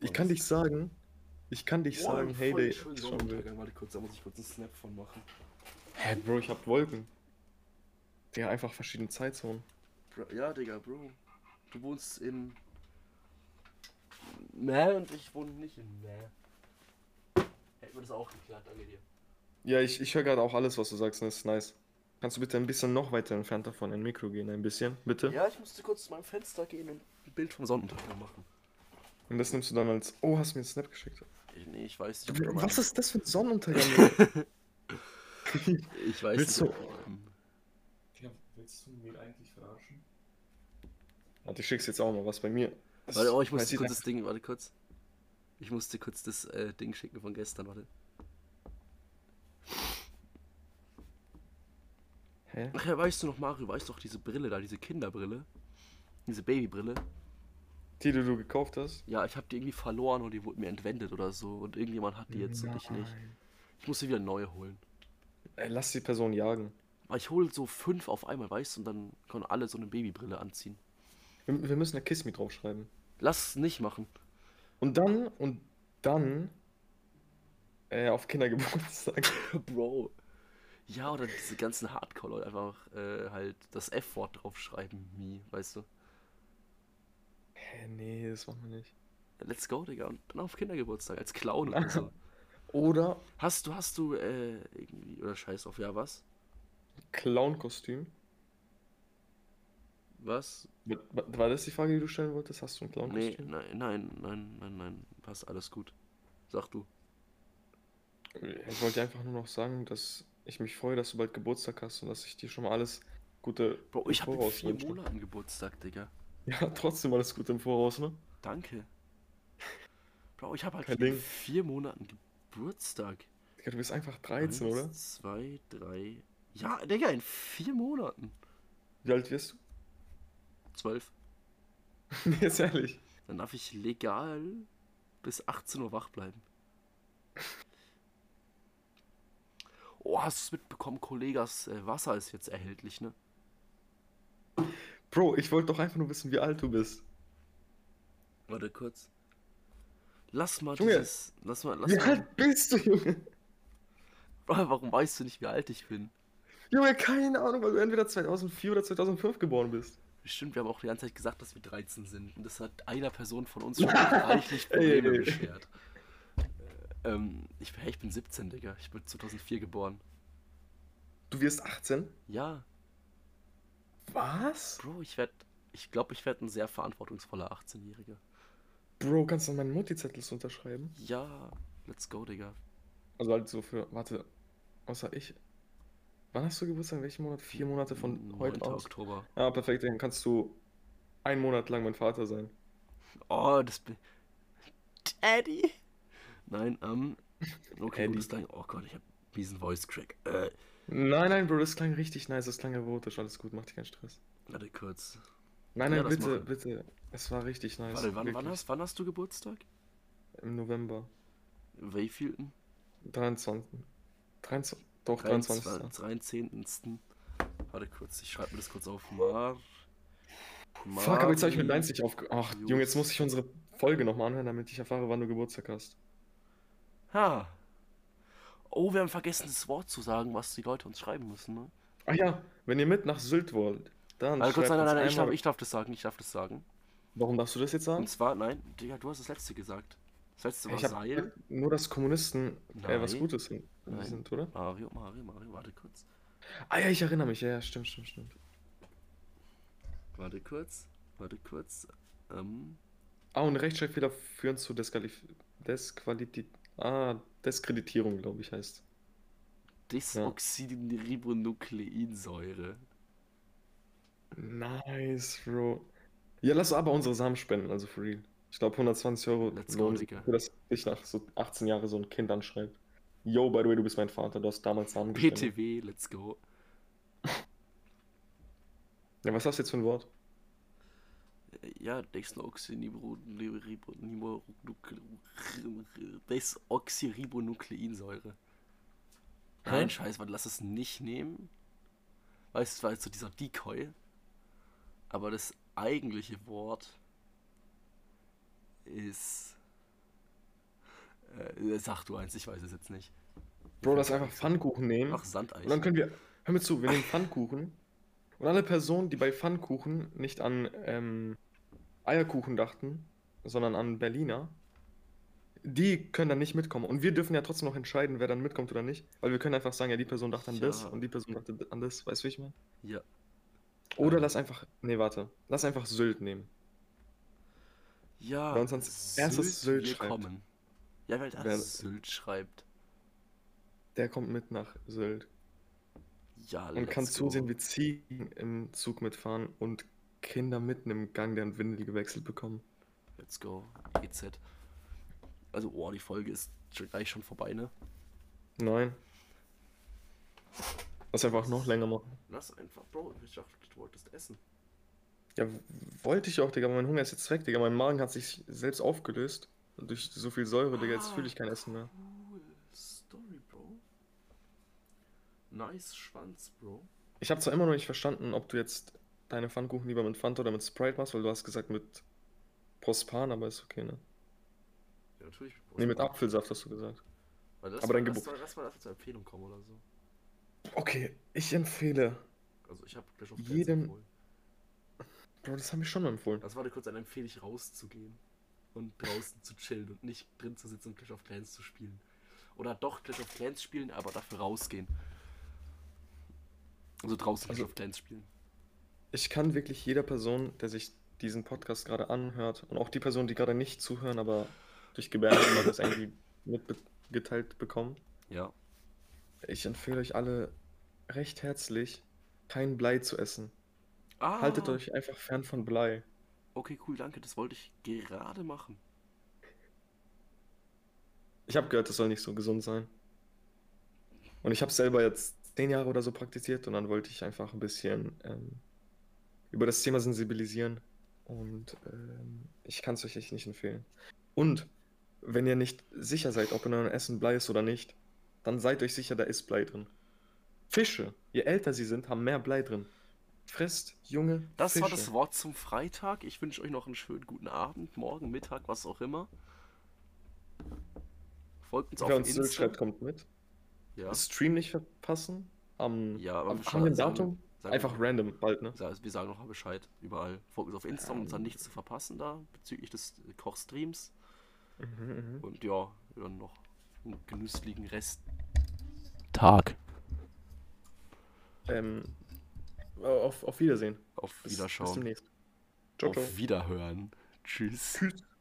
S2: Ich kann dich sagen, ich kann dich
S1: Boah,
S2: sagen,
S1: voll
S2: hey, der
S1: schönen Sonnenuntergang. Warte kurz, da muss ich kurz einen Snap von machen.
S2: Hä, Bro, ich hab Wolken. Ja, einfach verschiedene Zeitzonen.
S1: Bro, ja, Digga, Bro. Du wohnst in. Mäh und ich wohne nicht in Mäh. Hätten wir das auch geklärt, danke dir.
S2: Ja, ich, ich höre gerade auch alles, was du sagst, und das ist nice. Kannst du bitte ein bisschen noch weiter entfernt davon in Mikro gehen, ein bisschen, bitte?
S1: Ja, ich musste kurz zu meinem Fenster gehen und ein Bild vom Sonnenuntergang machen.
S2: Und das nimmst du dann als, oh, hast du mir einen Snap geschickt.
S1: Ich, nee, ich weiß nicht, ob
S2: Was
S1: mein-
S2: ist das für
S1: (laughs)
S2: ein Sonnenuntergang?
S1: Ich weiß
S2: Willst
S1: nicht.
S2: du-
S1: ob-
S2: Willst du mir eigentlich verarschen? Warte, ich schick's jetzt auch mal was bei mir. Das
S1: Warte, oh, ich
S2: heißt,
S1: musste
S2: die-
S1: kurz das Ding, warte kurz. Ich musste kurz das äh, Ding schicken von gestern, warte.
S2: Hä?
S1: Ach ja, weißt du noch, Mario, weißt du doch diese Brille da, diese Kinderbrille? Diese Babybrille?
S2: Die, die du gekauft hast?
S1: Ja, ich hab die irgendwie verloren und die wurde mir entwendet oder so. Und irgendjemand hat die jetzt und ich nicht.
S2: Nein.
S1: Ich muss sie wieder neue holen.
S2: Ey, lass die Person jagen.
S1: Aber ich hole so fünf auf einmal, weißt du, und dann können alle so eine Babybrille anziehen.
S2: Wir, wir müssen eine Kiss Me draufschreiben.
S1: Lass es nicht machen. (laughs)
S2: Und dann, und dann, äh, auf Kindergeburtstag. (laughs)
S1: Bro. Ja, oder diese ganzen Hardcore-Leute einfach äh, halt das F-Wort draufschreiben, wie, weißt du?
S2: Hä, nee, das machen wir nicht.
S1: Let's go, Digga. Und dann auf Kindergeburtstag als Clown oder so.
S2: Oder
S1: Hast du, hast du, äh, irgendwie, oder scheiß auf, ja, was?
S2: Clown-Kostüm.
S1: Was?
S2: Wa- wa- War das die Frage, die du stellen wolltest? Hast du ein
S1: Nee,
S2: Clown-Kostüm?
S1: nein, nein, nein, nein, nein. Passt alles gut. Sag du.
S2: Ich wollte dir einfach nur noch sagen, dass ich mich freue, dass du bald Geburtstag hast und dass ich dir schon mal alles Gute
S1: Bro,
S2: im
S1: ich habe in
S2: Voraus
S1: vier
S2: wünsche.
S1: Monaten Geburtstag, Digga.
S2: Ja, trotzdem alles Gute im Voraus, ne?
S1: Danke. (laughs) Bro, ich habe halt
S2: Kein
S1: in
S2: Ding.
S1: vier Monaten Geburtstag.
S2: Digga, du bist einfach 13,
S1: Eins,
S2: oder?
S1: Zwei, drei. Ja, Digga, in vier Monaten.
S2: Wie alt wirst du? (laughs)
S1: Zwölf.
S2: Nee, jetzt ehrlich.
S1: Dann darf ich legal bis 18 Uhr wach bleiben. Oh, hast du es mitbekommen, Kollegas äh, Wasser ist jetzt erhältlich, ne?
S2: Bro, ich wollte doch einfach nur wissen, wie alt du bist.
S1: Warte kurz. Lass mal
S2: Junge.
S1: dieses. Lass mal, lass (laughs)
S2: wie
S1: mal.
S2: alt bist du, Junge?
S1: Bro, warum weißt du nicht, wie alt ich bin?
S2: Junge, keine Ahnung, weil du entweder 2004 oder 2005 geboren bist.
S1: Bestimmt, wir haben auch die ganze Zeit gesagt, dass wir 13 sind. Und das hat einer Person von
S2: (laughs)
S1: uns schon reichlich Probleme
S2: Ey.
S1: beschert. Äh, Ähm, ich, hey, ich bin 17, Digga. Ich bin 2004 geboren.
S2: Du wirst 18?
S1: Ja,
S2: Was?
S1: Bro, ich werd. Ich glaube, ich werde ein sehr verantwortungsvoller 18-Jähriger.
S2: Bro, kannst du meinen Mutti-Zettel so unterschreiben?
S1: Ja, let's go, Digga.
S2: Also halt so für, warte, außer ich. Wann hast du Geburtstag? In welchem Monat? Vier Monate von heute
S1: 9.
S2: aus?
S1: Oktober.
S2: Ah, perfekt, dann kannst du einen Monat lang mein Vater sein.
S1: Oh, das bin. Daddy! Nein, ähm. Okay,
S2: Daddy.
S1: gut, das klang. Oh Gott, ich hab diesen Voice Crack. Äh,
S2: Nein, nein, Bro, das klang richtig nice, das klang erotisch, alles gut, mach dir keinen Stress.
S1: warte kurz.
S2: Nein,
S1: Ja,
S2: nein,
S1: das
S2: bitte,
S1: machen.
S2: bitte. Es war richtig nice.
S1: Warte, wann, wann,
S2: wirklich.
S1: hast, wann hast du Geburtstag?
S2: Im November.
S1: Wayfielden?
S2: 23. 23. Doch, 23.
S1: 23. Warte kurz, ich schreibe mir das kurz auf. Mar.
S2: Fuck, aber jetzt habe ich mit
S1: Mari-
S2: Lines nicht aufge... Ach, Junge, jetzt muss ich unsere Folge nochmal anhören, damit ich erfahre, wann du Geburtstag hast.
S1: Ha. Oh, wir haben vergessen, das Wort zu sagen, was die Leute uns schreiben müssen, ne?
S2: Ach Ah ja, wenn ihr mit nach Sylt wollt, dann
S1: Also kurz,
S2: schreibt
S1: nein, nein, nein,
S2: uns
S1: ich darf,
S2: einmal-
S1: ich darf das sagen, ich darf das sagen.
S2: Warum darfst du das jetzt sagen?
S1: Und zwar, nein, Digga, du hast das letzte gesagt. Das letzte war
S2: ich hab
S1: Seil.
S2: nur, dass Kommunisten äh, was
S1: Nein.
S2: Gutes sind,
S1: Nein.
S2: sind, oder?
S1: Mario, Mario, Mario, warte kurz.
S2: Ah ja, ich erinnere mich. Ja, ja, stimmt, stimmt, stimmt.
S1: Warte kurz, warte kurz. Ähm,
S2: Ah, und Rechtschreibfehler führen zu Desqualif Desqualiti ah, Diskreditierung, glaube ich, heißt.
S1: Desoxyribonukleinsäure.
S2: Nice, Bro. Ja, lass aber unsere Samen spenden, also for real. Ich glaube, 120 Euro
S1: Let's go,
S2: lohnen sich,
S1: Digga.
S2: dafür, dass dich nach so 18 Jahren so ein Kind anschreibt. Yo, by the way, du bist mein Vater, du hast damals Samen gespendet.
S1: PTW, let's go.
S2: Ja, was hast du jetzt für ein Wort?
S1: Ja, Desoxyribonukleinsäure. Desoxyribonukleinsäure. Nein,
S2: Hä?
S1: scheiß, warte, lass es nicht nehmen. Weißt du, es war jetzt so dieser Decoy. Aber das eigentliche Wort ist. Äh, sag du eins, ich weiß es jetzt nicht.
S2: Bro, lass einfach Pfannkuchen nehmen.
S1: Ach,
S2: Und dann
S1: Sandeis.
S2: können wir, hör mir zu, wir nehmen Pfannkuchen. Und alle Personen, die bei Pfannkuchen nicht an ähm, Eierkuchen dachten, sondern an Berliner, die können dann nicht mitkommen. Und wir dürfen ja trotzdem noch entscheiden, wer dann mitkommt oder nicht. Weil wir können einfach sagen, ja, die Person dachte an das
S1: Ja.
S2: und die Person dachte an das. Weißt du, wie ich meine?
S1: Ja. Ähm.
S2: Oder
S1: Ja.
S2: lass einfach, nee, warte, lass einfach Sylt nehmen.
S1: Ja.
S2: Wer uns als erstes Sylt schreibt.
S1: willkommen. Ja, weil
S2: Wer-
S1: das Sylt schreibt.
S2: Der kommt mit nach Sylt
S1: Ja,
S2: und kann
S1: let's go.
S2: zusehen, wie Ziegen im Zug mitfahren und Kinder mitten im Gang deren Windel gewechselt bekommen.
S1: Let's go. GZ. Also, oh, die Folge ist schon- gleich schon vorbei, ne?
S2: Nein. Lass einfach noch länger machen.
S1: Lass einfach, Bro. Ich dachte, du wolltest essen.
S2: Ja, w- wollte ich auch, Digga, aber mein Hunger ist jetzt weg, Digga. Mein Magen hat sich selbst aufgelöst. Und durch so viel Säure, Digga, jetzt fühle ich kein Essen mehr.
S1: Cool. Story, Bro. Nice Schwanz, Bro.
S2: Ich habe zwar immer noch nicht verstanden, ob du jetzt deine Pfannkuchen lieber mit Fanta oder mit Sprite machst, weil du hast gesagt mit Prospan, aber ist okay, ne?
S1: Ja, natürlich. Bro.
S2: Ne, mit Apfelsaft hast du gesagt.
S1: Weil das
S2: aber
S1: war-
S2: dein
S1: lass
S2: Geburt-
S1: mal- Lass mal einfach zur Empfehlung kommen oder so.
S2: Okay, ich empfehle.
S1: Also, ich habe gleich auf
S2: Jedem-
S1: empfohlen.
S2: Bro, das haben wir schon mal empfohlen.
S1: Das war dir kurz ein Empfehl, ich rauszugehen und draußen zu chillen und nicht drin zu sitzen und Clash of Clans zu spielen. Oder doch Clash of Clans spielen, aber dafür rausgehen. Also draußen
S2: Also-
S1: Clash of Clans spielen.
S2: Ich kann wirklich jeder Person, der sich diesen Podcast gerade anhört und auch die Personen, die gerade nicht zuhören, aber durch Gebärden mal das irgendwie mitgeteilt bekommen,
S1: Ja.
S2: ich empfehle euch alle recht herzlich, kein Blei zu essen.
S1: Ah,
S2: Haltet euch einfach fern von Blei.
S1: Okay, cool, danke. Das wollte ich gerade machen.
S2: Ich habe gehört, das soll nicht so gesund sein. Und ich habe selber jetzt zehn Jahre oder so praktiziert und dann wollte ich einfach ein bisschen ähm, über das Thema sensibilisieren. Und ähm, ich kann es euch echt nicht empfehlen. Und wenn ihr nicht sicher seid, ob in eurem Essen Blei ist oder nicht, dann seid euch sicher, da ist Blei drin. Fische, je älter sie sind, haben mehr Blei drin. Frisst junge
S1: Das war
S2: Fische.
S1: das Wort zum Freitag. Ich wünsche euch noch einen schönen guten Abend, morgen, Mittag, was auch immer. Folgt uns auf
S2: Wer uns Sylt
S1: Insta.
S2: schreibt, kommt mit.
S1: Ja,
S2: Stream nicht verpassen. Am,
S1: ja aber
S2: am,
S1: wir
S2: haben wir ein
S1: sagen-
S2: Datum?
S1: sagen-
S2: Einfach random, bald, ne?
S1: Ja, also Wir sagen nochmal Bescheid überall. Folgt uns auf Insta, um uns dann
S2: Ähm.
S1: nichts zu verpassen da, bezüglich des äh, Kochstreams.
S2: Mhm, mhm.
S1: Und ja, dann noch einen genüsslichen Rest. Tag.
S2: Ähm, auf, auf Wiedersehen.
S1: Auf
S2: Bis, bis
S1: Wiederschauen.
S2: demnächst. Ciao, ciao.
S1: auf Wiederhören. Tschüss.
S2: Tschüss.